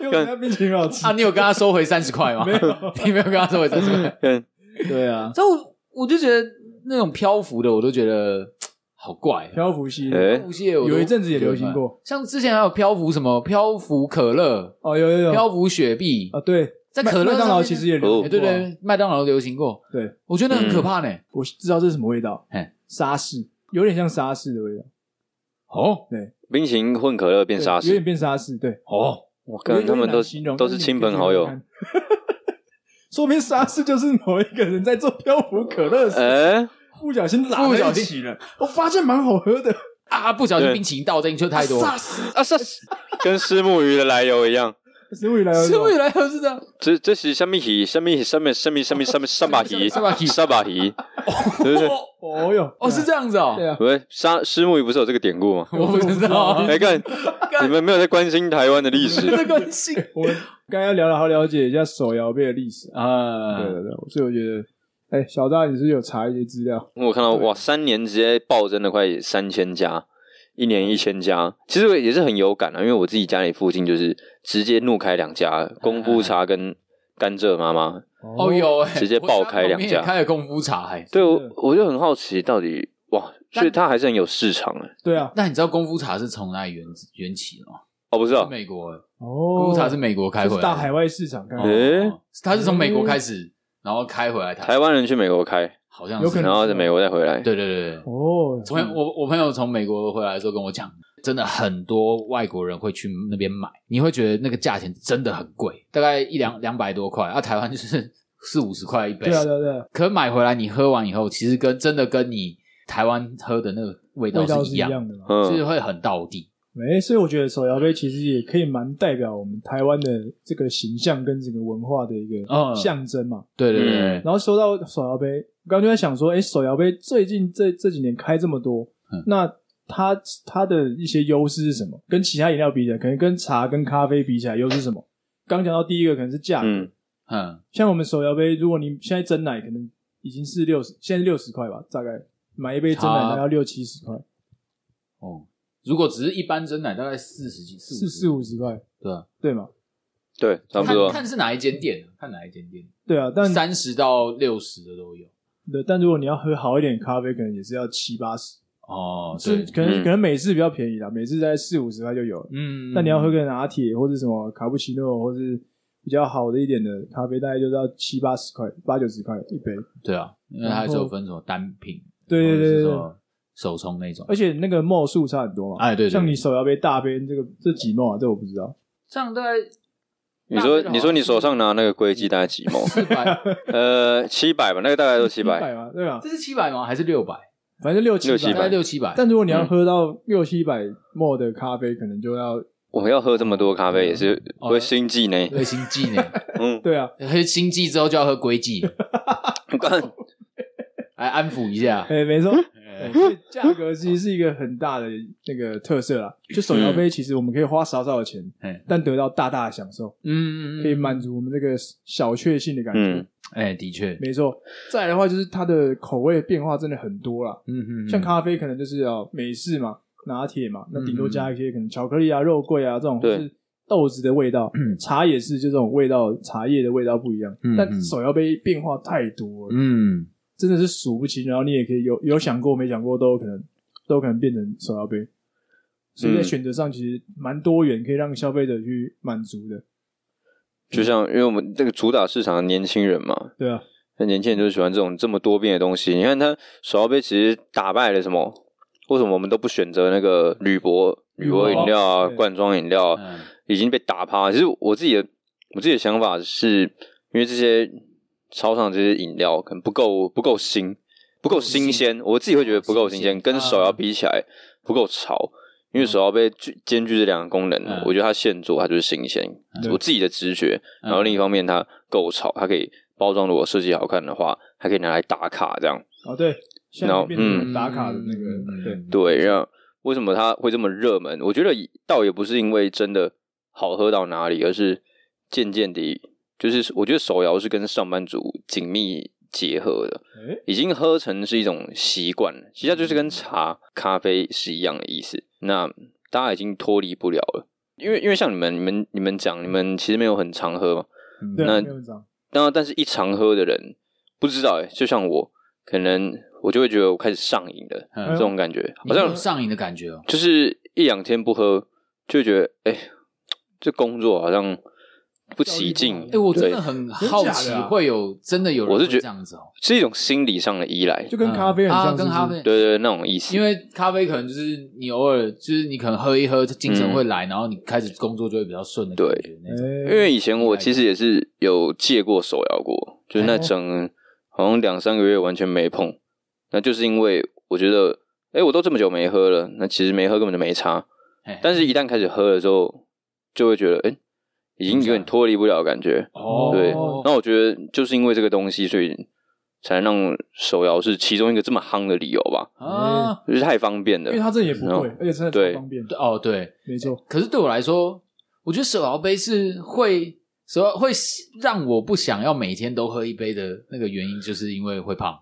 因为我觉得冰淇淋很好吃
<laughs>
啊，。你有跟他收回三十块吗？
<laughs> 没有，
你没有跟他收回三十块。
嗯
对啊，
所以我我就觉得那种漂浮的，我都觉得好怪。
漂浮系
诶
浮蟹我都
有一阵子也流行过，
像之前还有漂浮什么漂浮可乐、
哦，有有有
漂浮雪碧，
啊，对，
在可乐
麦麦当
上
劳
面
其实也流
哦
哎
行
对
过啊，
对，麦当劳流行过，
对，
我觉得那
嗯
很可怕呢。
我知道这是什么味道
嘿，
沙士，有点像沙士的味道，
哦
冰淇淋混可乐变沙
对有
士
点，变沙士，对，
哦，
有
我跟
点
他们
难
都
形容
都是亲朋好友。
但。是你可以去 <laughs> 说不定沙士就是某一个人在做漂浮可乐时，
诶，
不小心拉
不
在
小
一
心
起了。我发现蛮好喝的，
啊，不小心
对
冰淇淋倒进去太多，
沙士
啊是， <laughs> 跟石木鱼的来由一样。
是未来有
是
什么
未来都是这样。
这这是什么鱼？什么什么什么什么什么什么鱼？
<laughs> 什么鱼
什么鱼？对不对？
哦
哦哟，
哦，是这样子哦
对，啊，
喂，沙石木鱼不是有这个
<laughs>
典故吗？
我不知道
我，
哎，看
干
你们没有在关心台湾的历史 <laughs>
这。个关系
我刚刚聊了，好了解一下手摇杯的历史啊。
啊
对对对，所以我觉得，哎，小张你是不是有查一些资料，
我看到
对
哇，三年直接暴增了快三千家，一年一千家，其实我也是很有感啊，因为我自己家里附近就是直接怒开两
哎
家，功夫茶跟甘蔗妈妈。
哦有哎，
直接爆开两家
我家旁边也开了功夫茶哎。
对，我
真的
我就很好奇，到底哇，所以它还是很有市场啊。
对啊，
那你知道功夫茶是从哪里源自源起的吗？
哦，不是啊
是，美国哎，
哦，
功夫茶是美国开
就
回来的，
是大海嗯外市场，看
哦，
看
诶
他是从美国开始，然后开回来台，
台湾人去美国开，
好像
有
嗯是
可能
然后在美国再回来。
对对对对。
哦，
从我我朋友从美国回来的时候跟我讲，真的很多外国人会去那边买，你会觉得那个价钱真的很贵，大概一两两百多块，啊，台湾就是 <laughs> 四五十块一杯
对，啊对啊对啊，
可买回来你喝完以后，其实跟真的跟你台湾喝的那个味
味道
道
是
是
一
一样，
样的嘛。
就是
嗯，
会很道地。
哎，所以我觉得手摇杯其实也可以蛮代表我们台湾的这个形象跟整个文化的一个
嗯
象征嘛。
对对对
嗯
对，
然后说到手摇杯，我刚刚就在想说，哎，手摇杯最近这这几年开这么多，
嗯
那它它的一些优势是什么？跟其他饮料比起来，可能跟茶跟咖啡比起来，优势是什么？刚讲到第一个可能是价格，
嗯，
嗯，
像我们手摇杯，如果你现在真奶可能已经是六十，现在六十块吧，大概买一杯真奶
差
大概要六七十块，
哦，如果只是一般真奶，大概四十几、四
四四五十块，
对啊，
对嘛？
对，差不多
看。看是哪一间店，看哪一间店，
对啊，但
三十到六十的都有。
对但如果你要喝好一点的咖啡，可能也是要七八十，
哦，
是
对，
可能、
嗯
可能美式比较便宜啦，美式在四五十块就有了。
嗯，
但你要喝个拿铁或者什么卡布奇诺，或是比较好的一点的咖啡，大概就是要七八十块、八九十块一杯。
对啊，因为它还是有分什么单品，
对对
或者
对
是
对
什
对，
么手冲那种，
而且那个墨数差很多嘛。
哎对对
像
对
你手摇杯、大杯，这个这几墨啊，这我不知道。
这样大概
你说你说你手上拿那个龟记大
<laughs>
概几毛？
四百，
呃，七百吧，那个大概都七百。
百嘛，对吧？啊
这是七百吗？还是六百？
反正六七
六
大
七
概
百
百。
六七百。
但如果你要喝到六七百墨的咖啡，可能就要
我要喝这么多咖啡也是
哦
会心悸呢。
喝心悸呢？ <laughs>
嗯，
对啊，
喝心悸之后就要喝归剂，
<laughs> 干
来安抚一
<laughs>
下。
哎，没错。
哎
对所以价格其实是一个很大的那个特色啦。就手摇杯，其实我们可以花少少的钱，
嗯
但得到大大的享受，
嗯，
可以满足我们这个小确幸的感觉
嗯。
哎，的确，
没错。再来的话，就是它的口味变化真的很多啦。
嗯嗯，
像咖啡可能就是要美式嘛、拿铁嘛，那顶多加一些可能巧克力啊、肉桂啊这种，或
嗯对嗯
是豆子的味道。茶也是，就这种味道，茶叶的味道不一样
嗯。
但手摇杯变化太多了，
嗯，
真的是数不清。然后你也可以有有想过没想过，都有可能都可能变成手摇杯。所以在
嗯
选择上其实蛮多元，可以让消费者去满足的，
就像因为我们这个主打市场的年轻人嘛，
对啊，
那年轻人就是喜欢这种这么多变的东西。你看他手摇杯其实打败了什么？为什么我们都不选择那个铝箔铝箔饮料啊、
对
罐装饮料啊？
嗯
已经被打趴了。其实我自己的我自己的想法是，因为这些超上这些饮料可能不够不够新，不够新鲜，我自己会觉得不够新
不够新鲜
鲜，
嗯
跟手摇比起来不够潮。因为手摇杯具兼具这两个功能，
嗯
我觉得它现做它就是新鲜，
对
我自己的直觉。然后另一方面，它够潮，它可以包装，如果设计好看的话，还可以拿来打卡这样。
哦对，现
然
在
后
变成
嗯
打卡的那
嗯
个，对，
对，让为什么它会这么热门？我觉得倒也不是因为真的好喝到哪里，而是渐渐地，就是我觉得手摇是跟上班族紧密结合的，
哎，
已经喝成是一种习惯了。其实它就是跟茶、咖啡是一样的意思。那大家已经脱离不了了，因为因为像你们、你们、你们讲，你们其实没有很常喝嘛，
嗯
对啊，
那
没有涨，
当然，但是一常喝的人不知道哎、就像我，可能我就会觉得我开始上瘾了，
嗯
这种感觉好
好像
像
有上瘾的感觉哦。
就是一两天不喝，就会觉得哎、这工作好像不起劲
效率。
哎，
不
我真
对
的很好
真
奇
假的啊，
会有真的有人
我是觉
会
得
这样子哦，
是一种心理上的依赖，
就跟咖啡很
啊
像，
跟
是不是
咖啡
对对，那种意思。
因为咖啡可能就是你偶尔就是你可能喝一喝，精神
嗯
会来，然后你开始工作就会比较顺的感觉那种。
哎
因为以前我其实也是有借过手摇过，就是那整好像两三个月完全没碰，那就是因为我觉得，哎、我都这么久没喝了，那其实没喝根本就没差，
嘿
但是一旦开始喝了之后，就会觉得，哎、已经有点脱离不了的感觉。
哦，
嗯对
哦
那我觉得就是因为这个东西，所以才能让手摇是其中一个这么夯的理由吧，
啊，
就是太方便了
因为。它这也不贵
嗯，
而且真的
对
超方便，
对哦对，
没错，
可是对我来说，我觉得手摇杯是会手摇会让我不想要每天都喝一杯的那个原因，就是因为会胖。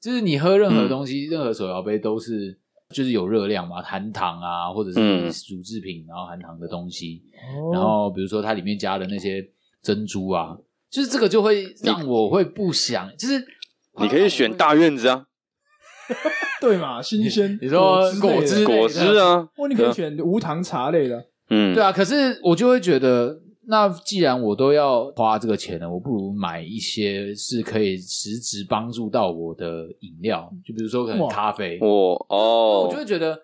就是你喝任
嗯
何东西，任何手摇杯都是就是有热量嘛，含糖啊，或者是
嗯
乳制品，然后含糖的东西，然
然
后比如说它里面加的那些珍珠啊，就是这个就会让我会不想，就是
你可以选大院子啊，
对嘛，新鲜，
你说
果
果汁类的
果汁啊，
哦，你可以选无糖茶类的，
嗯，
对啊，可是我就会觉得，那既然我都要花这个钱了，我不如买一些是可以实质帮助到我的饮料，就比如说可能
哇
咖啡，
我
我就
哦
会，觉得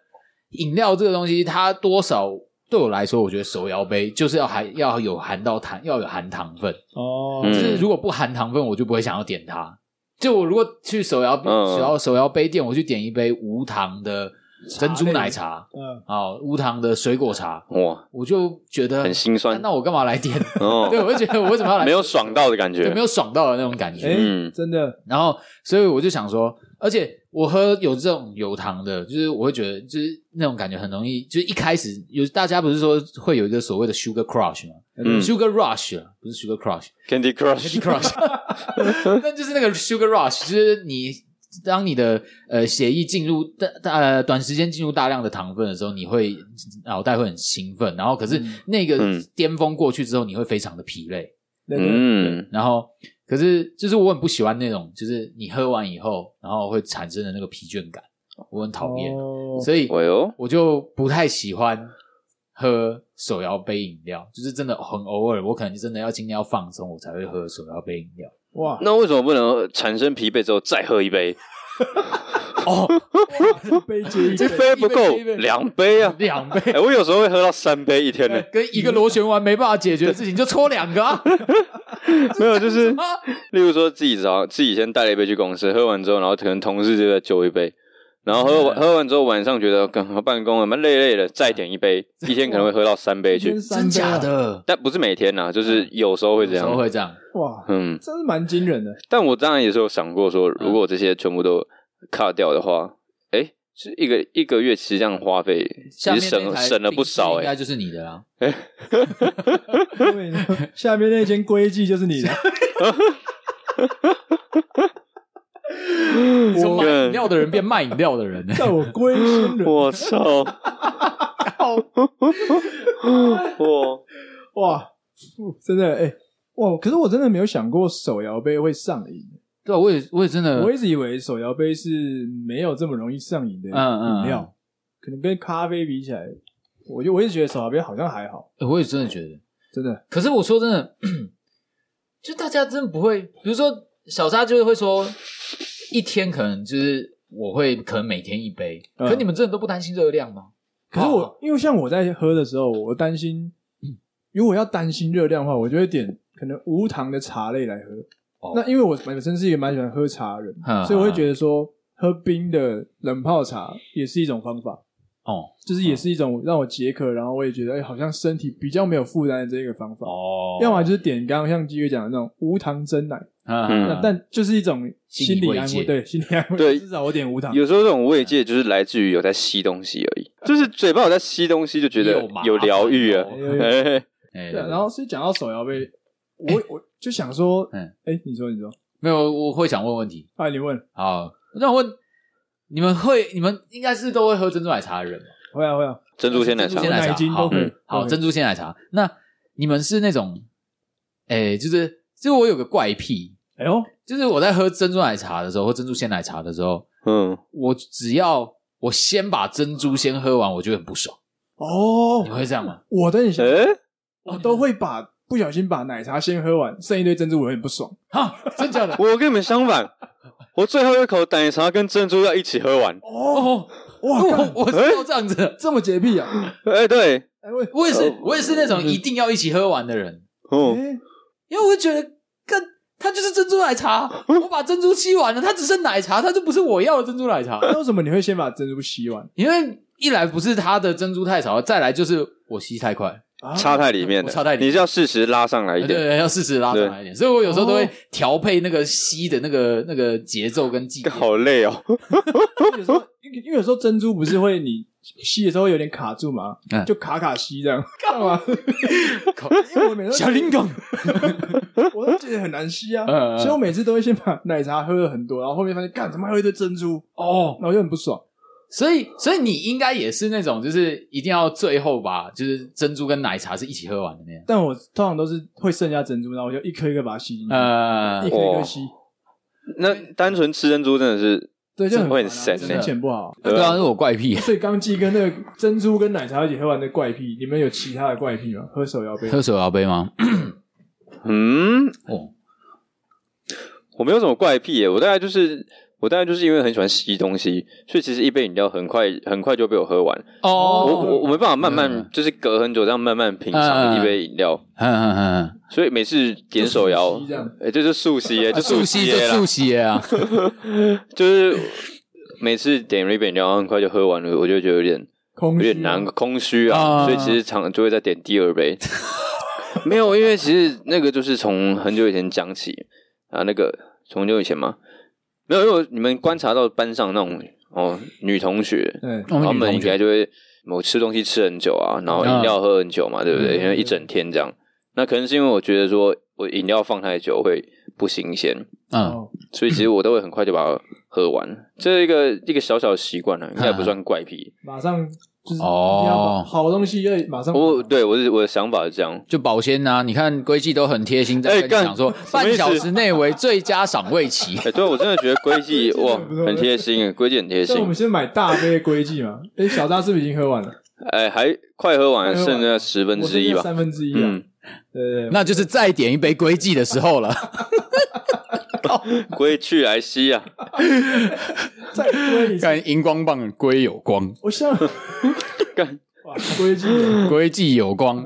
饮料这个东西，它多少对我来说，我觉得手摇杯就是要含要有含到糖，要有含糖分，
哦，
嗯
就是如果不含糖分，我就不会想要点它。就我如果去手摇杯、
嗯
手摇手摇杯店，我去点一杯无糖的珍珠
茶类
奶茶，
嗯，
哦，无糖的水果茶，
哇，
我就觉得
很心酸
那我干嘛来点？
<laughs> 哦
<laughs> 对，，我就觉得我为什么要来？
没有爽到的感
对，
觉
没，有爽到的那种感觉。
哎，
嗯
真的，
然后，所以我就想说，而且我喝有这种有糖的，就是我会觉得，就是那种感觉很容易，就是一开始有大家不是说会有一个所谓的 sugar crush 吗、
嗯
s u g a r rush 啊不是 sugar crush，candy
Candy Crush， <laughs>
crush，但就是那个 sugar rush，就是你当你的呃血液进入大大呃短时间进入大量的糖分的时候，你会脑袋会很兴奋，然后可是那个
嗯
巅峰过去之后，你会非常的疲累。
那个
嗯，
然后可是就是我很不喜欢那种，就是你喝完以后，然后会产生的那个疲倦感，我很讨厌，
哦
所以
我哟，
我就不太喜欢喝手摇杯饮料，就是真的很偶尔，我可能真的要今天要放松，我才会喝手摇杯饮料。
<laughs>
哇，
那为什么不能产生疲惫之后再喝一杯？
哦，
一杯接一
这
杯，
杯不够
<laughs> 一杯一杯，
两
<laughs>
杯啊！
两杯
哎、我有时候会喝到三杯一天呢、
呃跟一个螺旋丸没办法解决的事情，就搓两个、
<laughs>
啊。
没有，就是
啊
例如说自己早上自己先带了一杯去公司，喝完之后，然后可能同事就在揪一杯，然后喝
嗯
完、喝完之后晚上觉得刚办公了蛮累累的，再点一杯，
嗯
一天可能会喝到三杯
今天
去，
三杯
真
啊
假？的？
但不是每天呐、啊
嗯
就是有时候会这
怎么
样。
会这样？
哇，
嗯，
真是蛮惊人的。
但我当然也是有想过说，如
嗯
果这些全部都 cut 掉的话，哎、是一个一个月其实这样花费，其
下
实
面那
省
台
省了不少
定制
哎、
应
欸
该就是你的啊啦。
我跟你说下面那间规矩就是你的，嗯
从买饮料的人变卖饮料的人、欸
<laughs> 叫我归心人。
我操！
<laughs>
<laughs> 哇，
哇，哦真的哎、哇！可是我真的没有想过手摇杯会上瘾，
对啊，我也我也真的，
我一直以为手摇杯是没有这么容易上瘾的饮
嗯嗯
料，可能跟咖啡比起来，我就我一直觉得手摇杯好像还好，
我也真的觉得。
真的。
可是我说真的， <clears throat> 就大家真的不会，比如说小沙就是会说，一天可能就是我会可能每天一杯，
嗯
可你们真的都不担心热量吗？
可是我、
哦
因为像我在喝的时候，我担心， <clears throat> 如果要担心热量的话，我就会点可能无糖的茶类来喝。
哦
那因为我本身是一个蛮喜欢喝茶的人，
嗯
所以我会觉得说喝冰的冷泡茶也是一种方法。
哦
就是也是一种让我解渴，然后我也觉得哎、好像身体比较没有负担的这个方法。
哦
要么就是点刚刚像基月讲的那种无糖真奶，
嗯
那但就是一种心理安
心理慰藉
慰，对心理安慰。
对
至少我点无糖。
有时候这种慰藉就是来自于有在吸东
<laughs>
西而已，就是嘴巴有在吸东西，就觉得
有麻烦
有疗愈啊。
<laughs> 哦
有有
哎，
哎
对啊，然后所以讲到手摇杯，我我就想说，哎
嗯、
你说你说，
没有，我会想问问题。
啊，你问，
好，那我问你们会，你们应该是都会喝珍珠奶茶的人吧？
会啊会啊，
珍珠鲜奶
珍
茶
珠，鲜奶
奶
茶
精都
好
会
嗯
好，
对
珍珠鲜奶茶。那你们是那种，哎，就是就是我有个怪癖，
哎呦，
就是我在喝珍珠奶茶的时候，喝珍珠鲜奶茶的时候，
嗯，
我只要我先把珍珠先喝完，我就很不爽。你
哦，
会这样
<laughs>
吗？
我跟你想，
哎，
我哦都会把不小心把奶茶先喝完，剩一堆珍珠，我有点不爽。
啊，真假的？
我跟你们相反，
<laughs>
我最后一口奶茶跟珍珠要一起喝完。
哦，
哦，
哇，
我
干
我是要这样子的，
这么洁癖啊！
哎，对，
哎喂，
我也是
哦，
我也是那种一定要一起喝完的人，
嗯，
哎
因为我会觉得跟。它就是珍珠奶茶，
嗯
我把珍珠吸完了，它只剩奶茶，它就不是我要的珍珠奶
<laughs>
茶。
哎那为什么你会先把珍珠吸完？
因为一来不是它的珍珠太少，再来就是我吸太快，
啊
插太里面
哎我
的，
插太里面啊
你是要适时拉上来一
对对，
点。
对要适时拉长来一点。所以我有时候都会
哦
调配那个吸的那个那个节奏跟季节。
好累哦，
有时候，因为因为有时候珍珠不是会你吸的时候有点卡住嘛，
嗯
就卡卡吸这样，干嘛？
靠
<laughs> 因为我每次
小灵感，
我都觉得很难吸啊
嗯嗯，嗯
所以我每次都会先把奶茶喝了很多，然后后面发现干怎么还有一堆珍珠，
哦，
那我就很不爽。
所以所以你应该也是那种就是一定要最后把就是珍珠跟奶茶是一起喝完的那样。
但我通常都是会剩下珍珠，然后我就一颗一颗把它吸进
嗯
呃
去，一，颗一颗吸，
哦
那单纯吃珍珠真的是
对，就很
会
烦啊
很神
心
欸
情不好。
对啊，是我怪癖，
所以刚记跟那个珍珠跟奶茶一起喝完的怪癖，你们有其他的怪癖吗？喝手摇杯，
喝手摇杯吗？
嗯，
哦，
我没有什么怪癖耶，我大概就是我大概就是因为很喜欢吸东西，所以其实一杯饮料很快很快就被我喝完。
哦，
我我我没办法慢
嗯
慢就是隔很久这样慢慢品尝
嗯
一杯饮料，
嗯嗯嗯嗯，
所以每次点手
就速
摇
吸这样，
哎，就是速吸耶，就
速吸就
耶啦
速，吸
<laughs>
啊，
就是每次点一杯饮料很快就喝完了，我就觉得有点
空
有
虚啊
点难空虚啊，
啊
所以其实常就会再点第二杯。没有，因为其实那个就是从很久以前讲起啊，那个从很久以前嘛，没有，因为你们观察到班上那种哦女同学，
对，
我
然后
们
哦们
女
应
同学
该就会某吃东西吃很久啊，然后饮料喝很久嘛，对不对？
嗯
因为一整天这样，那可能是因为我觉得说我饮料放太久会不新鲜，
嗯
哦，
所以其实我都会很快就把它
<coughs>
喝完。这一个一个小小的习惯啊呢，应该也不算怪癖。
马上就是
哦
一定要把好东西要马上
我对我是我的想法是这样，
就保鲜呐、啊，你看规矩都很贴心，在
哎
跟你
干
讲说
么意
半
思
小时内为最佳赏味
<laughs>
期。
哎、对我真的觉得规
<laughs>
矩
规矩
哇
很不错
很贴心，规矩很贴
所以我
心 <laughs>
们。先买大杯的龟记嘛。哎，小扎是不是已经喝完了？
哎，还快喝
快
完，
喝完
剩下十分
我
之一
剩下
吧。
三分之一啊
嗯，，
对对，对
那就是再点一杯归记的时候
<laughs>
了。
归去来兮啊，
再归一次，
看荧光棒归有光，
我想
<laughs> 干
哇，归进了
归记有光，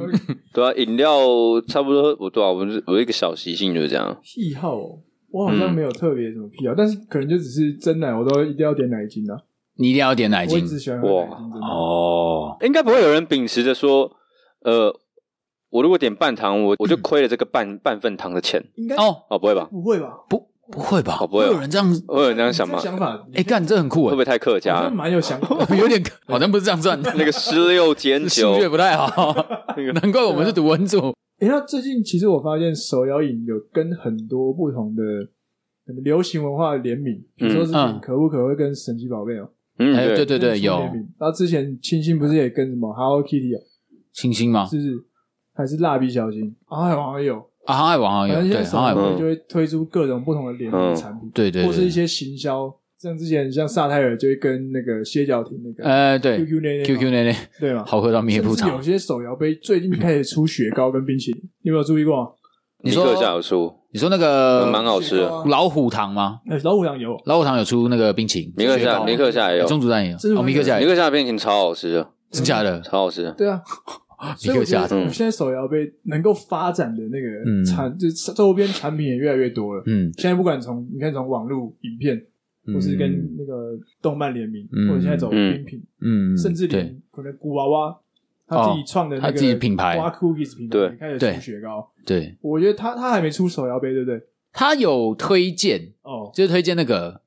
对啊，饮料差不多不多啊，我们是我一个小习性就是这样。
癖好哦，我好像没有特别什么癖好，但是可能就只是真奶，我都一定要点奶精啊，
你一定要点奶
我
精
一直喜欢喝奶精，真的。
哦。
应该不会有人秉持着说，呃，我如果点半糖，我我就亏了这个半半份糖的钱
应该
哦，
哦，不会吧？
不会吧？
不，不会吧？
哦不会吧
有人这样？
会哦有人这样想
你
吗？
这想法，你
哎，干，这很酷
会不
哎，
会太客
好
家
像？蛮有想法。
<laughs> 有点好像不是这样算， <laughs>
那个十六减
数
九，
学不太好，
<laughs> 那个
难怪我们是读文组。
哎、那最近其实我发现手摇饮有跟很多不同的可能流行文化联名，比如说是
嗯
可不可会跟神奇宝贝哦，
嗯，
哎，对
对，
对对，
跟
有
联名。然后之前清新不是也跟什么 Hello Kitty 哦，
星星吗？
是不是？还是蜡笔小新啊，好像有，
啊，航海王好
反
像
正
有，
现
对，
在手
航海
摇
王，
嗯
饮就会推出各种不同的联名
嗯
产品，
对对，
或是一
对，
些行销，像之前像萨泰尔就会跟那个歇脚亭那个
呃，对
QQ 那
，QQ 奶奶
对嘛，
好喝到灭
甚
不
至
长
有。些手摇杯最近开始出雪糕跟冰淇淋，你有没有注意过？啊
你
尼
说
克夏有出，
你说那个
蛮好吃
雪糕
的。
啊
老虎糖吗？
哎老虎羊有，
老虎糖有出那个冰淇淋，
尼克
雪糕
夏，尼克夏也有，
中
尼
竹蛋也
这是
有，哦，米克
我
夏也有，
克夏的冰淇淋超好吃的，
真假的？
超好吃的。
<laughs>
对啊，
米
所以
克
我觉
夏
得
的，
我们现在手摇杯能够发展的那
嗯
个产，就是周边产品也越来越多了。
嗯，
现在不管从你看从网络影片，
嗯
或是跟那个动漫联名，
嗯
或者现在走冰品，
嗯，
甚至
对哦
连可能古娃娃他自己创的那
他
个
自己品牌
娃 cookies 品
对
牌开始
对
出雪糕，
对，
我觉得他他还没出手摇杯，对不对？
他有推荐，
哦，
就是推荐那个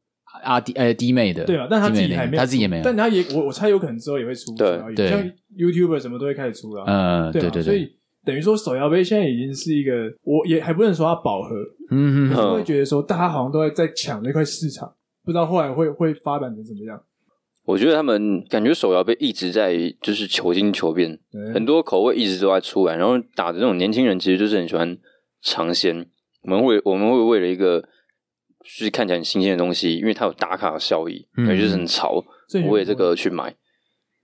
阿弟呃弟妹的，
对啊但他自己
弟妹那
还
个
没有
他自己也没有，
但他也我我猜有可能之后也会出手
对
摇饮，
啊对
像 YouTuber 什么都会开始出了啊。
呃，
对
对
啊
对
所
对，
以等于说手摇杯现在已经是一个，我也还不能说它饱和，
嗯哼
可是 <laughs>
哼，
会觉得说大家好像都在在抢那块市场，不知道后来会会发展成怎么样。
我觉得他们感觉手摇杯一直在就是求新求变，很多口味一直都在出来，然后打的那种年轻人其实就是很喜欢尝鲜。我们会我们会为了一个就是看起来很新鲜的东西，因为它有打卡效益，
嗯
感觉就是很潮，
所以你
我为这个去买。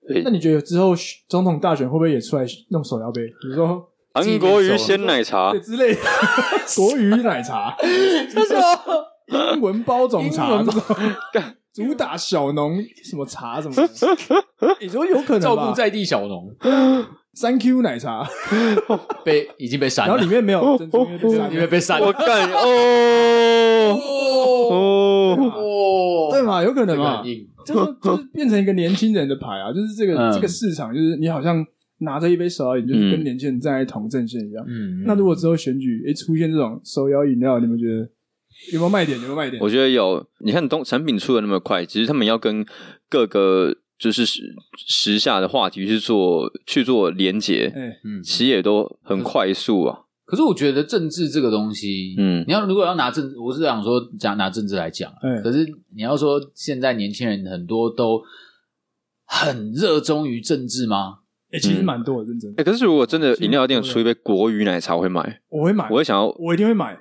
对
那你觉得之后总统大选会不会也出来弄手摇杯？比如说
韩国鱼鲜奶
啊
茶
对，之
<laughs>
类的国语奶茶，
他
哦
说
英文包种
英
茶
文包
这种， <laughs> 主打小农什么茶什么的，
<laughs>
你说有可能
<laughs> 照顾
吧？
在啊地小农 <laughs>
三 Q 奶茶，
被已经被删
然后里
了，
面没有珍珠，因为被杀
<laughs> 因为被删
<laughs>
我
了，
干
<laughs>
哦
哦
哦，
哦
对嘛？有可
这
能
个
嘛
很？硬，
就是
<laughs>
就是变成一个年轻人的牌啊，就是这个、
嗯
这个市场，就是你好像拿着一杯手摇饮，就是跟
嗯
年轻人站在同阵线一样。
嗯，
那如果之后选举诶、出现这种手摇饮料，你们觉得有没有卖点？有没有卖点？
我觉得有，你看东产品出的那么快，其实他们要跟各个就是时时下的话题去做去做连接，
哎、
嗯，
其实也都很快速啊。
可是我觉得政治这个东西，
嗯
你要如果要拿政，我是想说讲拿政治来讲啊、
嗯
可是你要说现在年轻人很多都很热衷于政治吗？
诶
嗯
其实蛮多的，认真
哎、可是如果真的饮料店有出一杯国语奶茶，我会买，
我会买，
我
我
会想要。
一定会买。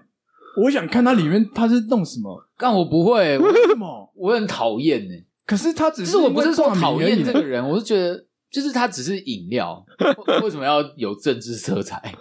我想看它里面它是弄什么，
但我不会，我 <laughs>
为什么？
我很讨厌呢。
可是它只
只
是
是我不是说
因为挂
讨
名而已啊
厌这个人，我是觉得就是他只是饮料， <laughs> 为为什么要有政治色彩？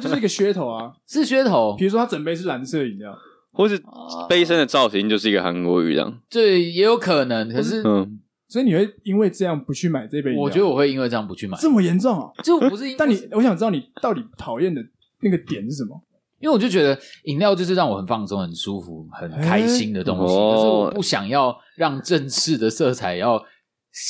就是一个噱头
<laughs>
啊。
是噱头
比。如说它整杯是蓝色饮料，
或是
啊
杯身的造型就是一个韩国语这样，
对，也有可能，可是
嗯，
所以你会因为这样不去买这杯饮料？
我觉得我会因为这样不去买，
这么严重啊！
就不是因为
但你，我想知道你到底讨厌的那个点是什么？
因为我就觉得饮料就是让我很放松、很舒服、很开心的东西，
欸
可是我不想要让正式的色彩要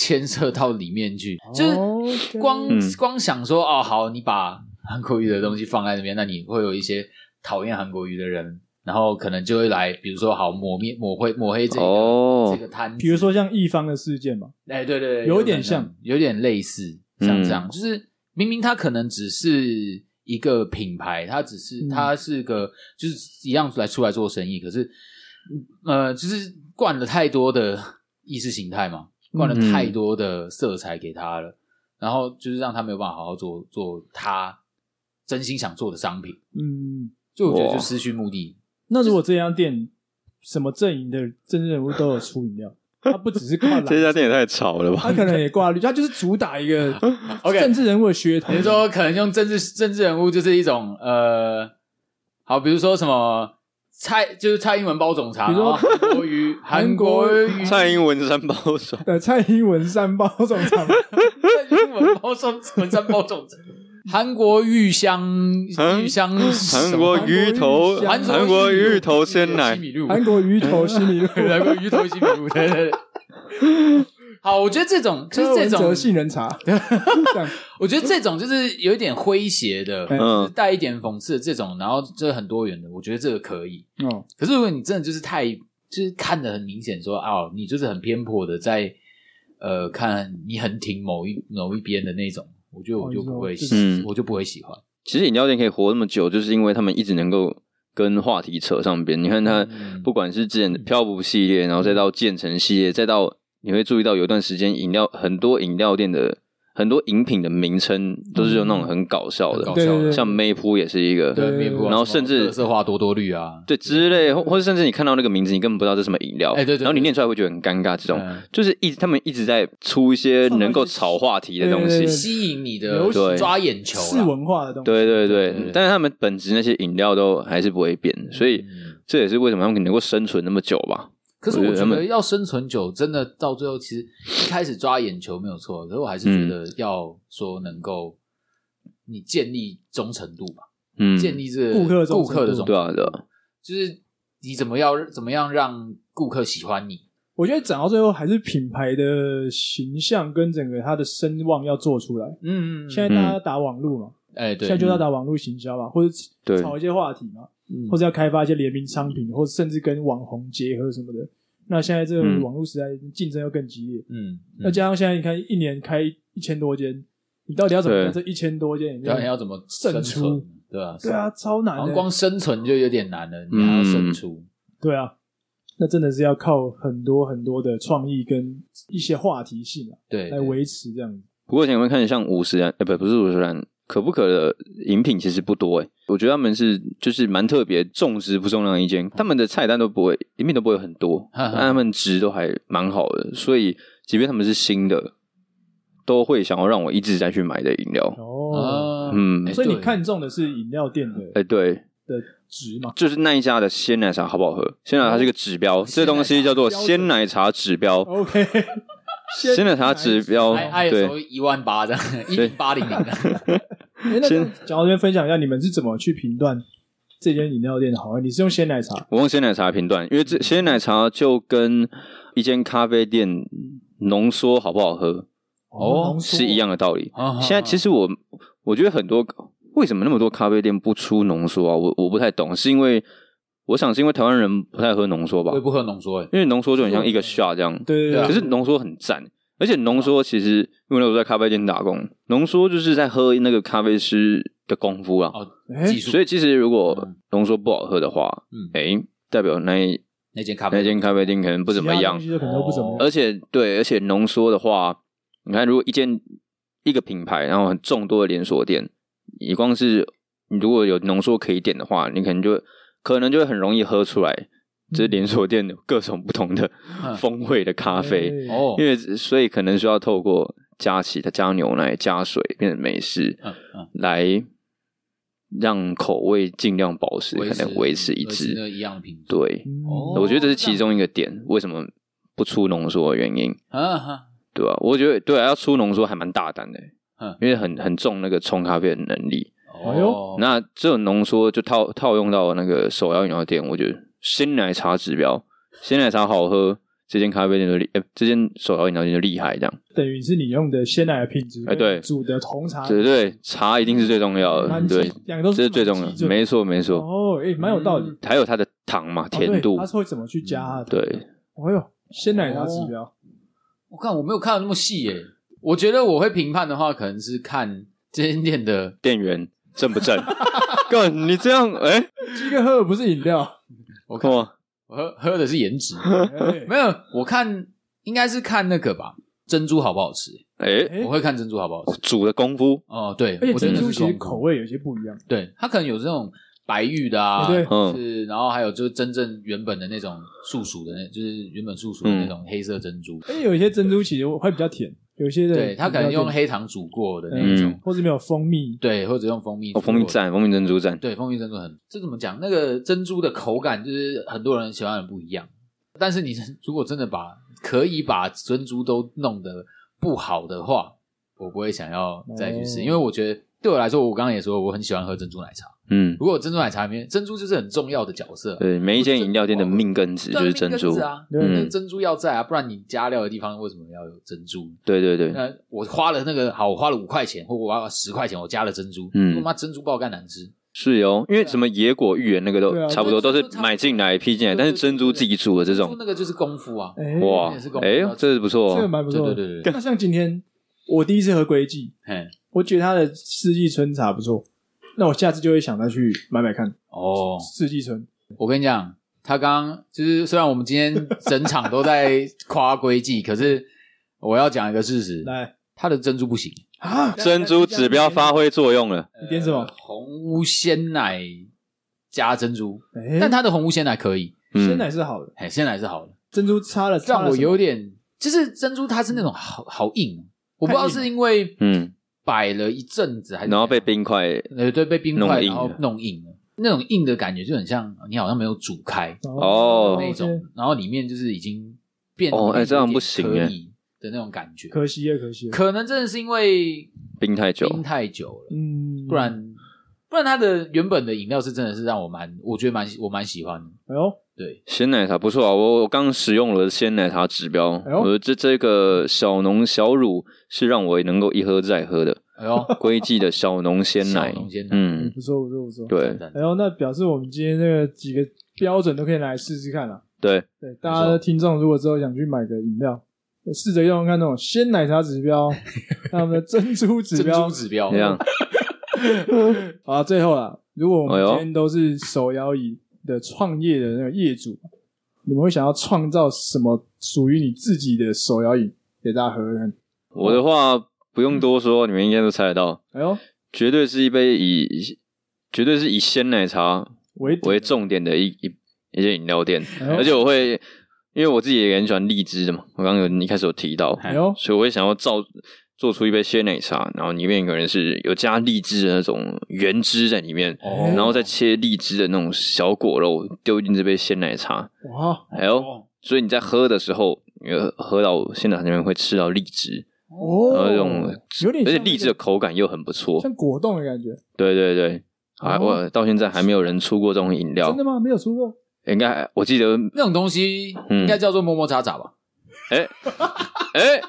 牵涉到里面去，就是光、
哦嗯
光想说哦，好，你把韩国语的东西放在那边，那你会有一些讨厌韩国语的人，然后可能就会来，比如说好抹灭、抹黑、抹黑这个、
哦
这，个摊子，
比如说像一方的事件嘛，
哎，对对对，
有点
可能
像，
有点类似，
嗯
像这样，就是明明它可能只是一个品牌，它只是
嗯
它是个就是一样来出来做生意，可是呃，就是灌了太多的意识形态嘛，灌了
嗯
太多的色彩给他了，然后就是让他没有办法好好做做他真心想做的商品，
嗯，
就我觉得
哇
就失去目的。
那如果这家店什么阵营的政治人物都有出饮料，他不只是靠
这家
蓝，
店也太吵了吧
他？可能也挂绿，他就是主打一个
OK
政治人物的噱头。
你说可能用政治政治人物就是一种呃，好，比如说什么蔡就是蔡英文包总裁，
比如说
然后韩国瑜，韩国瑜，
蔡英文三包手，
对呃蔡英文三包总裁，
蔡英文包总文山包总裁，韩国玉香
韩
玉香什么，
韩国鱼头，
韩国
韩国鱼头鲜奶
西，米露，
韩国鱼头西米露，
韩国鱼头西米露，对对对。好，我觉得这种就是
柯
这
文
种
哲杏仁茶，这样
我觉得这种就是有一点诙谐的，就
哎
是
嗯，
带一点讽刺的这种，然后这很多元的，我觉得这个可以。
哦，
可是如果你真的就是太就是看得很明显说，哦，你就是很偏颇的在呃看你很挺某一某一边的那种，我觉得我就不会喜，
嗯
我就不会喜欢。
其实饮料店可以活那么久，就是因为他们一直能够跟话题扯上边。你看他
嗯
不管是之前的漂浮系列，然后再到建成系列，再到你会注意到有一段时间饮料很多饮料店的很多饮品的名称都是用那种很搞笑
很
的，
搞
对
笑
对
的
对，
像 Maypool 也是一个，
对
对
面部啊，
然后
什么
甚至
乐色化多多绿啊，
对之类，或或者甚至你看到那个名字，你根本不知道这是什么饮料，
哎对对对
然后你念出来会觉得很尴尬。这种、
嗯
就是一直他们一直在出一些能够炒话题的东西
对，
吸引你的
流
行对
抓眼球啊
是
嗯
啦。
文化的东西。
对
对
对对
对对
但是他们本质那些饮料都还是不会变，所以
嗯
这也是为什么他们能够生存那么久吧。
可是我
我觉得
觉
他
得
们
要生存久，真的到最后其实一开始抓眼球没有错，可是我还是觉得
嗯
要说能够你建立忠诚度吧。
嗯，
建立这个
顾客的忠
顾
诚
客的
度
忠
对啊
诚
对
度
啊
就是你怎么要怎么样让顾客喜欢你？
我觉得讲到最后还是品牌的形象跟整个它的声望要做出来。
嗯
现在大家打网络嘛，
哎对，
现在就要打网络行销嘛，或者
对
炒一些话题嘛，
嗯
或者要开发一些联名商品，或者甚至跟网红结合什么的。那现在这个
嗯
网络时代竞争又更激烈，
嗯，
那加上现在你看一年开一千多间，你到底要怎么在
对
这一千多间里
要你
面？
要怎么
胜
生
出
存？对啊，
对啊，，超
好
难
像
的。
光生存就有点难了，你还要胜
嗯
出。
对啊，那真的是要靠很多很多的创意跟一些话题性啊
对，
来维持这样子。
不过想问看像五十岚，呃，不不是五十岚，可不可的饮品其实不多诶、我觉得他们是就是蛮特别，重质不重量的一间，他们的菜单都不会，饮品都不会很多，
哈哈
但他们值都还蛮好的，所以即便他们是新的，都会想要让我一直再去买的饮料。
哦，
啊，
嗯
哎
所以你
对
看中的是饮料店的
哎，对，
的值嘛？
就是那一家的鲜奶茶好不好喝？哦鲜奶茶是一个指标，这东西叫做鲜奶茶指标。
OK，
鲜奶茶指标
，I I
哦对
S O 一万八这样，一零八
<laughs>
零哦零，
哎那
先
讲到这边分享一下，你们是怎么去评断这间饮料店的好坏？你是用鲜奶茶？
我用鲜奶茶评断，因为
嗯
这鲜奶茶就跟一间咖啡店浓缩好不好喝
哦
浓缩
是一样的道理。现在其
实
实我我觉得很多为什么那么多咖啡店不出浓缩啊？我我不太懂，是因为我想是因为台湾人不太喝浓缩吧
我也？不喝浓缩，哎，
因为浓缩就很像一个 shot 这样，
对对
对啊
可是浓缩很赞，而且浓缩其实因为我在咖啡店打工，浓缩就是在喝那个咖啡师的功夫啊。
哦，
哎
技术
所以其实如果
嗯
浓缩不好喝的话，
嗯，
哎、代表那一
那间咖啡
那间咖啡店可能不怎么样
其他东西。就可能都不怎
哦
么样。
而且对，而且浓缩的话，你看如果一间一个品牌，然后很众多的连锁店，你光是你如果有浓缩可以点的话，你可能就可能就会很容易喝出来。这是连锁店有各种不同的
嗯
风味的咖啡，
哎
哦，
因为所以可能需要透过加起它加牛奶、加水变成美式，
嗯嗯，
来让口味尽量保持，可能维持一
那个
致。
一样的品质，
对，
嗯
哦
我觉得这是其中一个点，为什么不出浓缩的原因，
啊哈，
对吧、我觉得对啊，要出浓缩还蛮大胆的
嗯，
因为很很重那个冲咖啡的能力。
哎
哦
呦，
那这种浓缩就套套用到那个手摇饮料店，我觉得鲜奶茶指标，鲜奶茶好喝，这间咖啡店就厉，哎、这间手摇饮料店就厉害，这样。
等于是你用的鲜奶的品质，
哎对
煮的红茶，
对对，茶一定是最重要的
蛮，基
对，
两个都
这是最
蛮
重要
基准
的，没错没错。
哦，哎，蛮有道理。
还有它的糖嘛，
哦对
甜度嗯
它，是会怎么去加它的？
对，哦
哎呦，鲜奶茶指标，
我看我没有看到那么细耶、我觉得我会评判的话，可能是看这间店的
店员正不正？ <laughs> 干，你这样，哎，
鸡跟喝的不是饮
<laughs>
料，
我看
哇，
我喝喝的是颜值，
哎
没有，我看应该是看那个吧，珍珠好不好吃、
哎，
哎
我会看珍珠好不好吃。
煮的功夫，
哦，对，
而且
我真
珍
的
珠
是
其实
光顾
口味有些不一样，
对它可能有这种白玉的啊，
哦对
嗯
是，然后还有就是真正原本的那种素薯的那，就是原本素薯的
嗯
那种黑色珍珠，
因为有一些珍珠其实会比较甜，有些的
对，它可能用黑糖煮过的那一种，
嗯
或者没有蜂蜜，
对，或者用蜂蜜做
哦，
的，
蜂蜜赞，蜂蜜珍珠赞，
对，蜂蜜珍珠很，这怎么讲？那个珍珠的口感就是很多人喜欢很不一样，但是你 <laughs> 如果真的把可以把珍珠都弄得不好的话，我不会想要再去试，
哦
因为我觉得对我来说，我刚刚也说我很喜欢喝珍珠奶茶。
嗯，
如果珍珠奶茶里面珍珠就是很重要的角色啊、
对，每一间饮料店的命根子
对
就
啊，那
是
个
珍
根
珠
子，啊，
对
那
嗯
珍珠要在啊，不然你加料的地方为什么要有珍珠？
对对对，
那我花了那个好，我花了五块钱，或我花了十块钱，我加了珍珠，
嗯
他妈珍珠爆干难吃。
是哦，因为什么野果、芋圆那个都
对啊
差不多，
对
都
对
是买进来批进来，但是珍珠自己煮的这
珍珠
种，
那个就是功夫啊，
哎，
哇
也是功，夫
哎
要煮，
这是不错
这个
哦，
蛮不错的。
对对对对
那像今天我第一次喝龟记，
嘿，
我觉得它的四季春茶不错，那我下次就会想再去买买看
哦，
四季春。
我跟你讲，他刚刚就是虽然我们今天整场都在夸龟记，可是我要讲一个事实，
来
他的珍珠不行。
啊，
嗯珍珠指标发挥作用了，
你点什么
呃红乌鲜奶加珍珠，
哎，
但他的红乌鲜奶可以，
鲜
嗯，
奶是好的，
哎，鲜奶是好的。
珍珠擦了
让我有
点
点，就是珍珠它是那种好好硬，我不知道
太硬了
是因为
嗯，
摆了一阵子还是怎样
然后被冰块，
呃对被冰块
弄硬
然后
了
弄硬了，那种硬的感觉就很像你好像没有煮开
哦
那种，然后里面就是已经变
哦哎
有一点
这样不行
颗
哎
粒的那种感觉，
可惜也可惜了，
可能真的是因为
冰太久，
冰太久了，
嗯，
不然不然它的原本的饮料是真的是让我蛮我觉得蛮我蛮喜欢的，
哎呦，
对，
鲜奶茶不错啊，我我刚使用了鲜奶茶指标，
哎呦
我这这个小农小乳是让我能够一喝再喝的，
哎呦，
归记哦的小农鲜奶
小，农鲜奶
嗯，
不错不错不错。
对
赞
哎呦，那表示我们今天这个几个标准都可以拿来试试看啊了。
对，
对，大家的听众如果之后想去买个饮料，试着用用看那种鲜奶茶指
<laughs>
标，那我们的珍珠指
珍
标
珠指标
这样，
啊，最后啦，如果我
哎
们
呦
今天都是手摇椅的创业的那个业主，你们会想要创造什么属于你自己的手摇椅给大家喝喝看？
我的话不用多说，你们应该都猜得到，
哎呦，
绝对是一杯以绝对是以鲜奶茶
为
为，重点的一一一些饮料店，
哎呦
而且我会，因为我自己也很喜欢荔枝的嘛，我刚刚有一开始有提到，
哎呦，
所以我会想要造做出一杯鲜奶茶，然后里面可能是有加荔枝的那种原汁在里面，
哦
然后再切荔枝的那种小果肉丢进这杯鲜奶
哦
茶，
哇，
哎呦，所以你在喝的时候，你会喝到鲜奶茶里面会吃到荔枝，然
呃
后这种
哦，有点
而且
像
荔枝的口感又很不错，
像果冻的感觉，
对对对。啊，
哦
我到现在还没有人出过这种饮料
真的，吗？没有出过，
应该我记得，
那种东西
嗯
应该叫做么么喳喳吧？
哎哎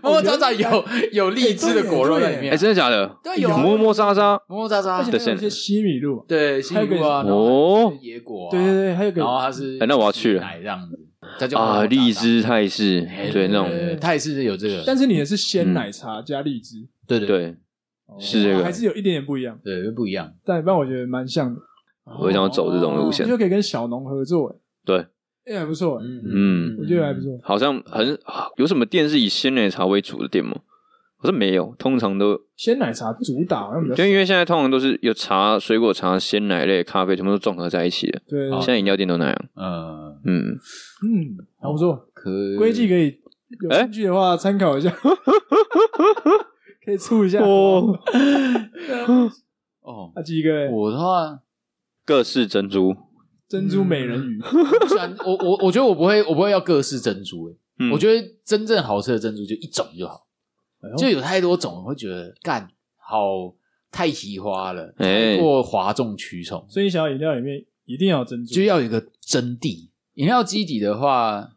么么喳喳有有荔枝的果肉在里
哎，
面，
真的假的？
对有啊
摸摸沙沙，
么么喳
而且
喳，
还有一些西米露嘛，
对，西葫芦啊，
还
然后
有
还有
哦
野果啊，
对对对，还有个
然后它是
哎那我要去了
奶这样子，它叫
啊，荔，枝泰式
哎，
对那
对
种，
对
它也是有这个，嗯
但是你的是鲜奶茶加荔枝，
对对
对，
哦
是这个
还是有一点点不一样，
对又不一样，
但但我觉得蛮像的，哦
我会想要走这种路线
你。就可以跟小农合作，哎
对，
哎还不错，哎
嗯
我觉得还不，错，
好像很有什么店是以鲜奶茶为主的店吗？好像没有，通常都
鲜奶茶主打好像比较
就因为现在通常都是有茶、水果茶、鲜奶类、咖啡，全部都综合在一起的。
对，对
好
现在饮料店都那样，
嗯，
嗯，
嗯，还不错。
可
规矩可以有
哎
兴趣的话参考
<laughs>
一下，可以出一下。
哦
哦，
啊，鸡哥，
我的话，
各式珍珠，
珍珠美人鱼，
嗯
我喜欢我我我觉得我不会我不会要各式珍珠，哎
嗯
我觉得真正好吃的珍珠就一种就好。
哎呦
就有太多种，我会觉得干好太奇花了，
哎
太过哗众取宠，
所以小饮料里面一定要有珍珠
就。要有一个真谛。饮料基底的话，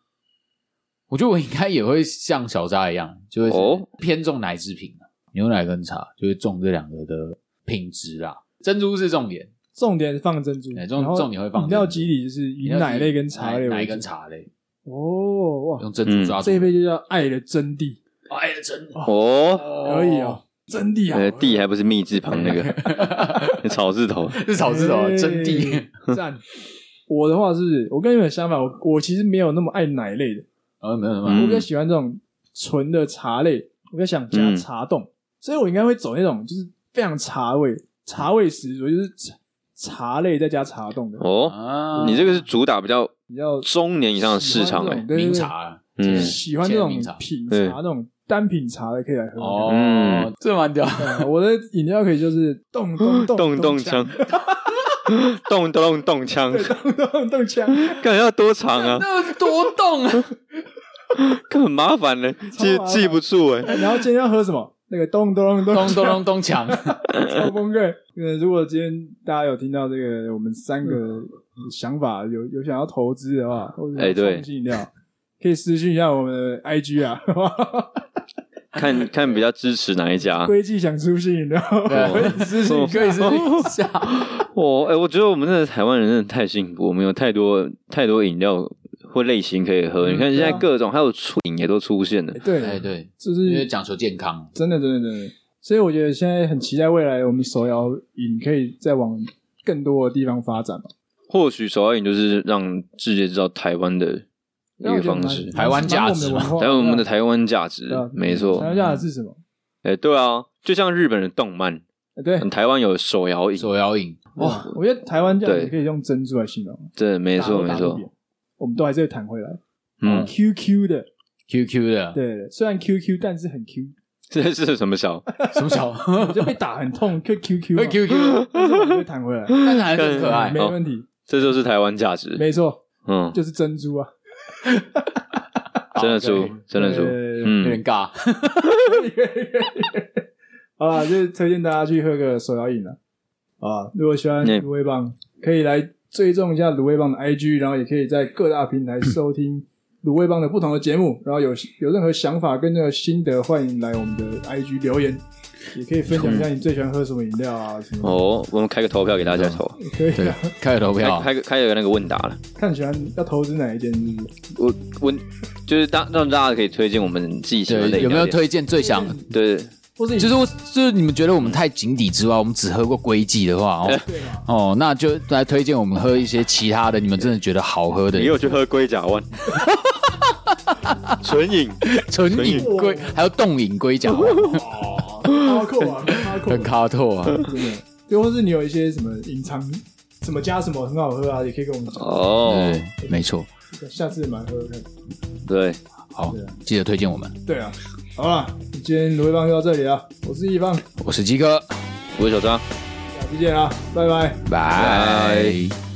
我觉得我应该也会像小扎一样，就会是
哦
偏重奶制品、啊牛奶跟茶，就会重这两个的品质啦。珍珠是重点，
重点放珍珠，
哎重
然后
重点会放珍珠
饮料基底就是以奶类跟茶类为主
奶奶跟茶类，
哦哇，
用珍
嗯
珠抓住、
这一杯就叫爱的真谛，
哦哎呀真的
哦，
可以哦，，真谛
呃，
啊，
地还不是密字旁
<laughs>
那个草字
<laughs>
头，
是草字头
哎
真谛。
<laughs> 赞。我的话是，我跟你们相反，我我其实没有那么爱奶类的，
哦，没有没有，
我
嗯
比较喜欢这种纯的茶类，我比较想加茶冻，所以我应该会走那种就是非常茶味、茶味十足，就是茶茶类再加茶冻的，
哦，
啊
你这个是主打比较
比较
中年以上的市场
喜
哎、
欢这种对
名茶啊，
嗯
喜欢这种
煎饼茶
品茶
对
那种单品茶的可以来喝。
哦
嗯，
这蛮
<laughs>
屌，
对啊我的饮料可以就是咚咚
<laughs>
咚
动动
枪
枪，，动动动枪，
对，咚 <laughs> 咚咚枪，
看要多长啊，
那多动啊！
看很麻烦呢，记
超麻烦
记不住哎、
然后今天要喝什么？那个咚咚咚
咚
咚
咚咚咚锵，
<laughs> 超崩溃。呃，如果今天大家有听到这个我们三个想法，有有想要投资的话，或者
哎对
冲击饮料，可以私信一下我们的 IG 啊，好不好
看看比较支持哪
<laughs>
一家。
规矩想出新饮料，
对
啊
<laughs> 可以私信一下
可以 <laughs> 是一下，
哦，哎、我觉得我们真的台湾人真的太幸福，我们有太多太多饮料或类型可以喝。
嗯
你看现在
对啊
各种，还有醋饮也都出现了
哎。
哎
对，
对，
就
因为
是
讲求健康，
真的，真的，真的。所以我觉得现在很期待未来我们手摇饮可以再往更多的地方发展嘛。
或许手摇饮就是让世界知道台湾的一
那我
个
觉得
方
蛮
式，
台湾价值嘛
蛮我们文化
还有我们的
对啊
台湾价值
对啊，
没错
台。湾价值是什么？
哎、对啊，就像日本的
<laughs>
动漫，嗯
哎对，
台湾有手摇饮，
手摇饮
哇，我觉得台湾价值
对
可以用珍珠来形容。啊
对，没错
打都打不
没错，
扁，我们都还是会弹回来。哦
嗯，
QQ 的，
QQ 的，
对，虽然 QQ，但是很 Q，
<laughs> 这是什么小？
什么小
我 <laughs> 就被打很
<laughs>
痛，会 QQ，嘛
会 QQ，
但是我们会弹回来，
但是还是很可爱
哎
没。
哦
问题，
这就是台湾价值，
没错，
嗯，
就是珍珠啊，
真的
好
出
可以，
真的出，
对
有
嗯
点，尬，
好啦，就是推荐大家去喝个手摇饮了啊！如果喜欢
嗯
卤味棒，可以来追踪一下卤味棒的 IG，然后也可以在各大平台收听 <laughs> 卤味棒的不同的节目。然后有有任何想法跟那个心得，欢迎来我们的 IG 留言，也可以分享一下你最喜欢喝什么饮料啊什么。
哦，我们开个投票给大家投，
可以
对
啊，，
开个投
开
票，
开个开个那个问答了，
看你喜欢要投资哪一间，是不是？
我我就是大让大家可以推荐我们自己喜欢的
对，有
饮料
没有
店？
推荐最想？
对，
或是你
就是我，就是你们觉得我们太井底之蛙，我们只喝过龟记的话，哦
对嘛？
哦，那就来推荐我们喝一些其他的，你们真的觉得好喝的
你有去喝龟
<laughs>
甲湾？纯饮，
纯饮
纯饮
龟，还有冻饮龟甲，
<laughs> 哦，哈扣啊，哈扣
很卡透啊。
真的。对，或是你有一些什么隐藏，什么加什么很好喝啊，也可以跟我们讲。
哦，
对，没错。
下次买喝喝看。
对，
好
对啊，
记得推荐我们。
对啊，好了，今天芦苇棒就到这里了，我是易棒，下
我是鸡哥，
我是小张。
次见啊，拜拜。
拜
拜。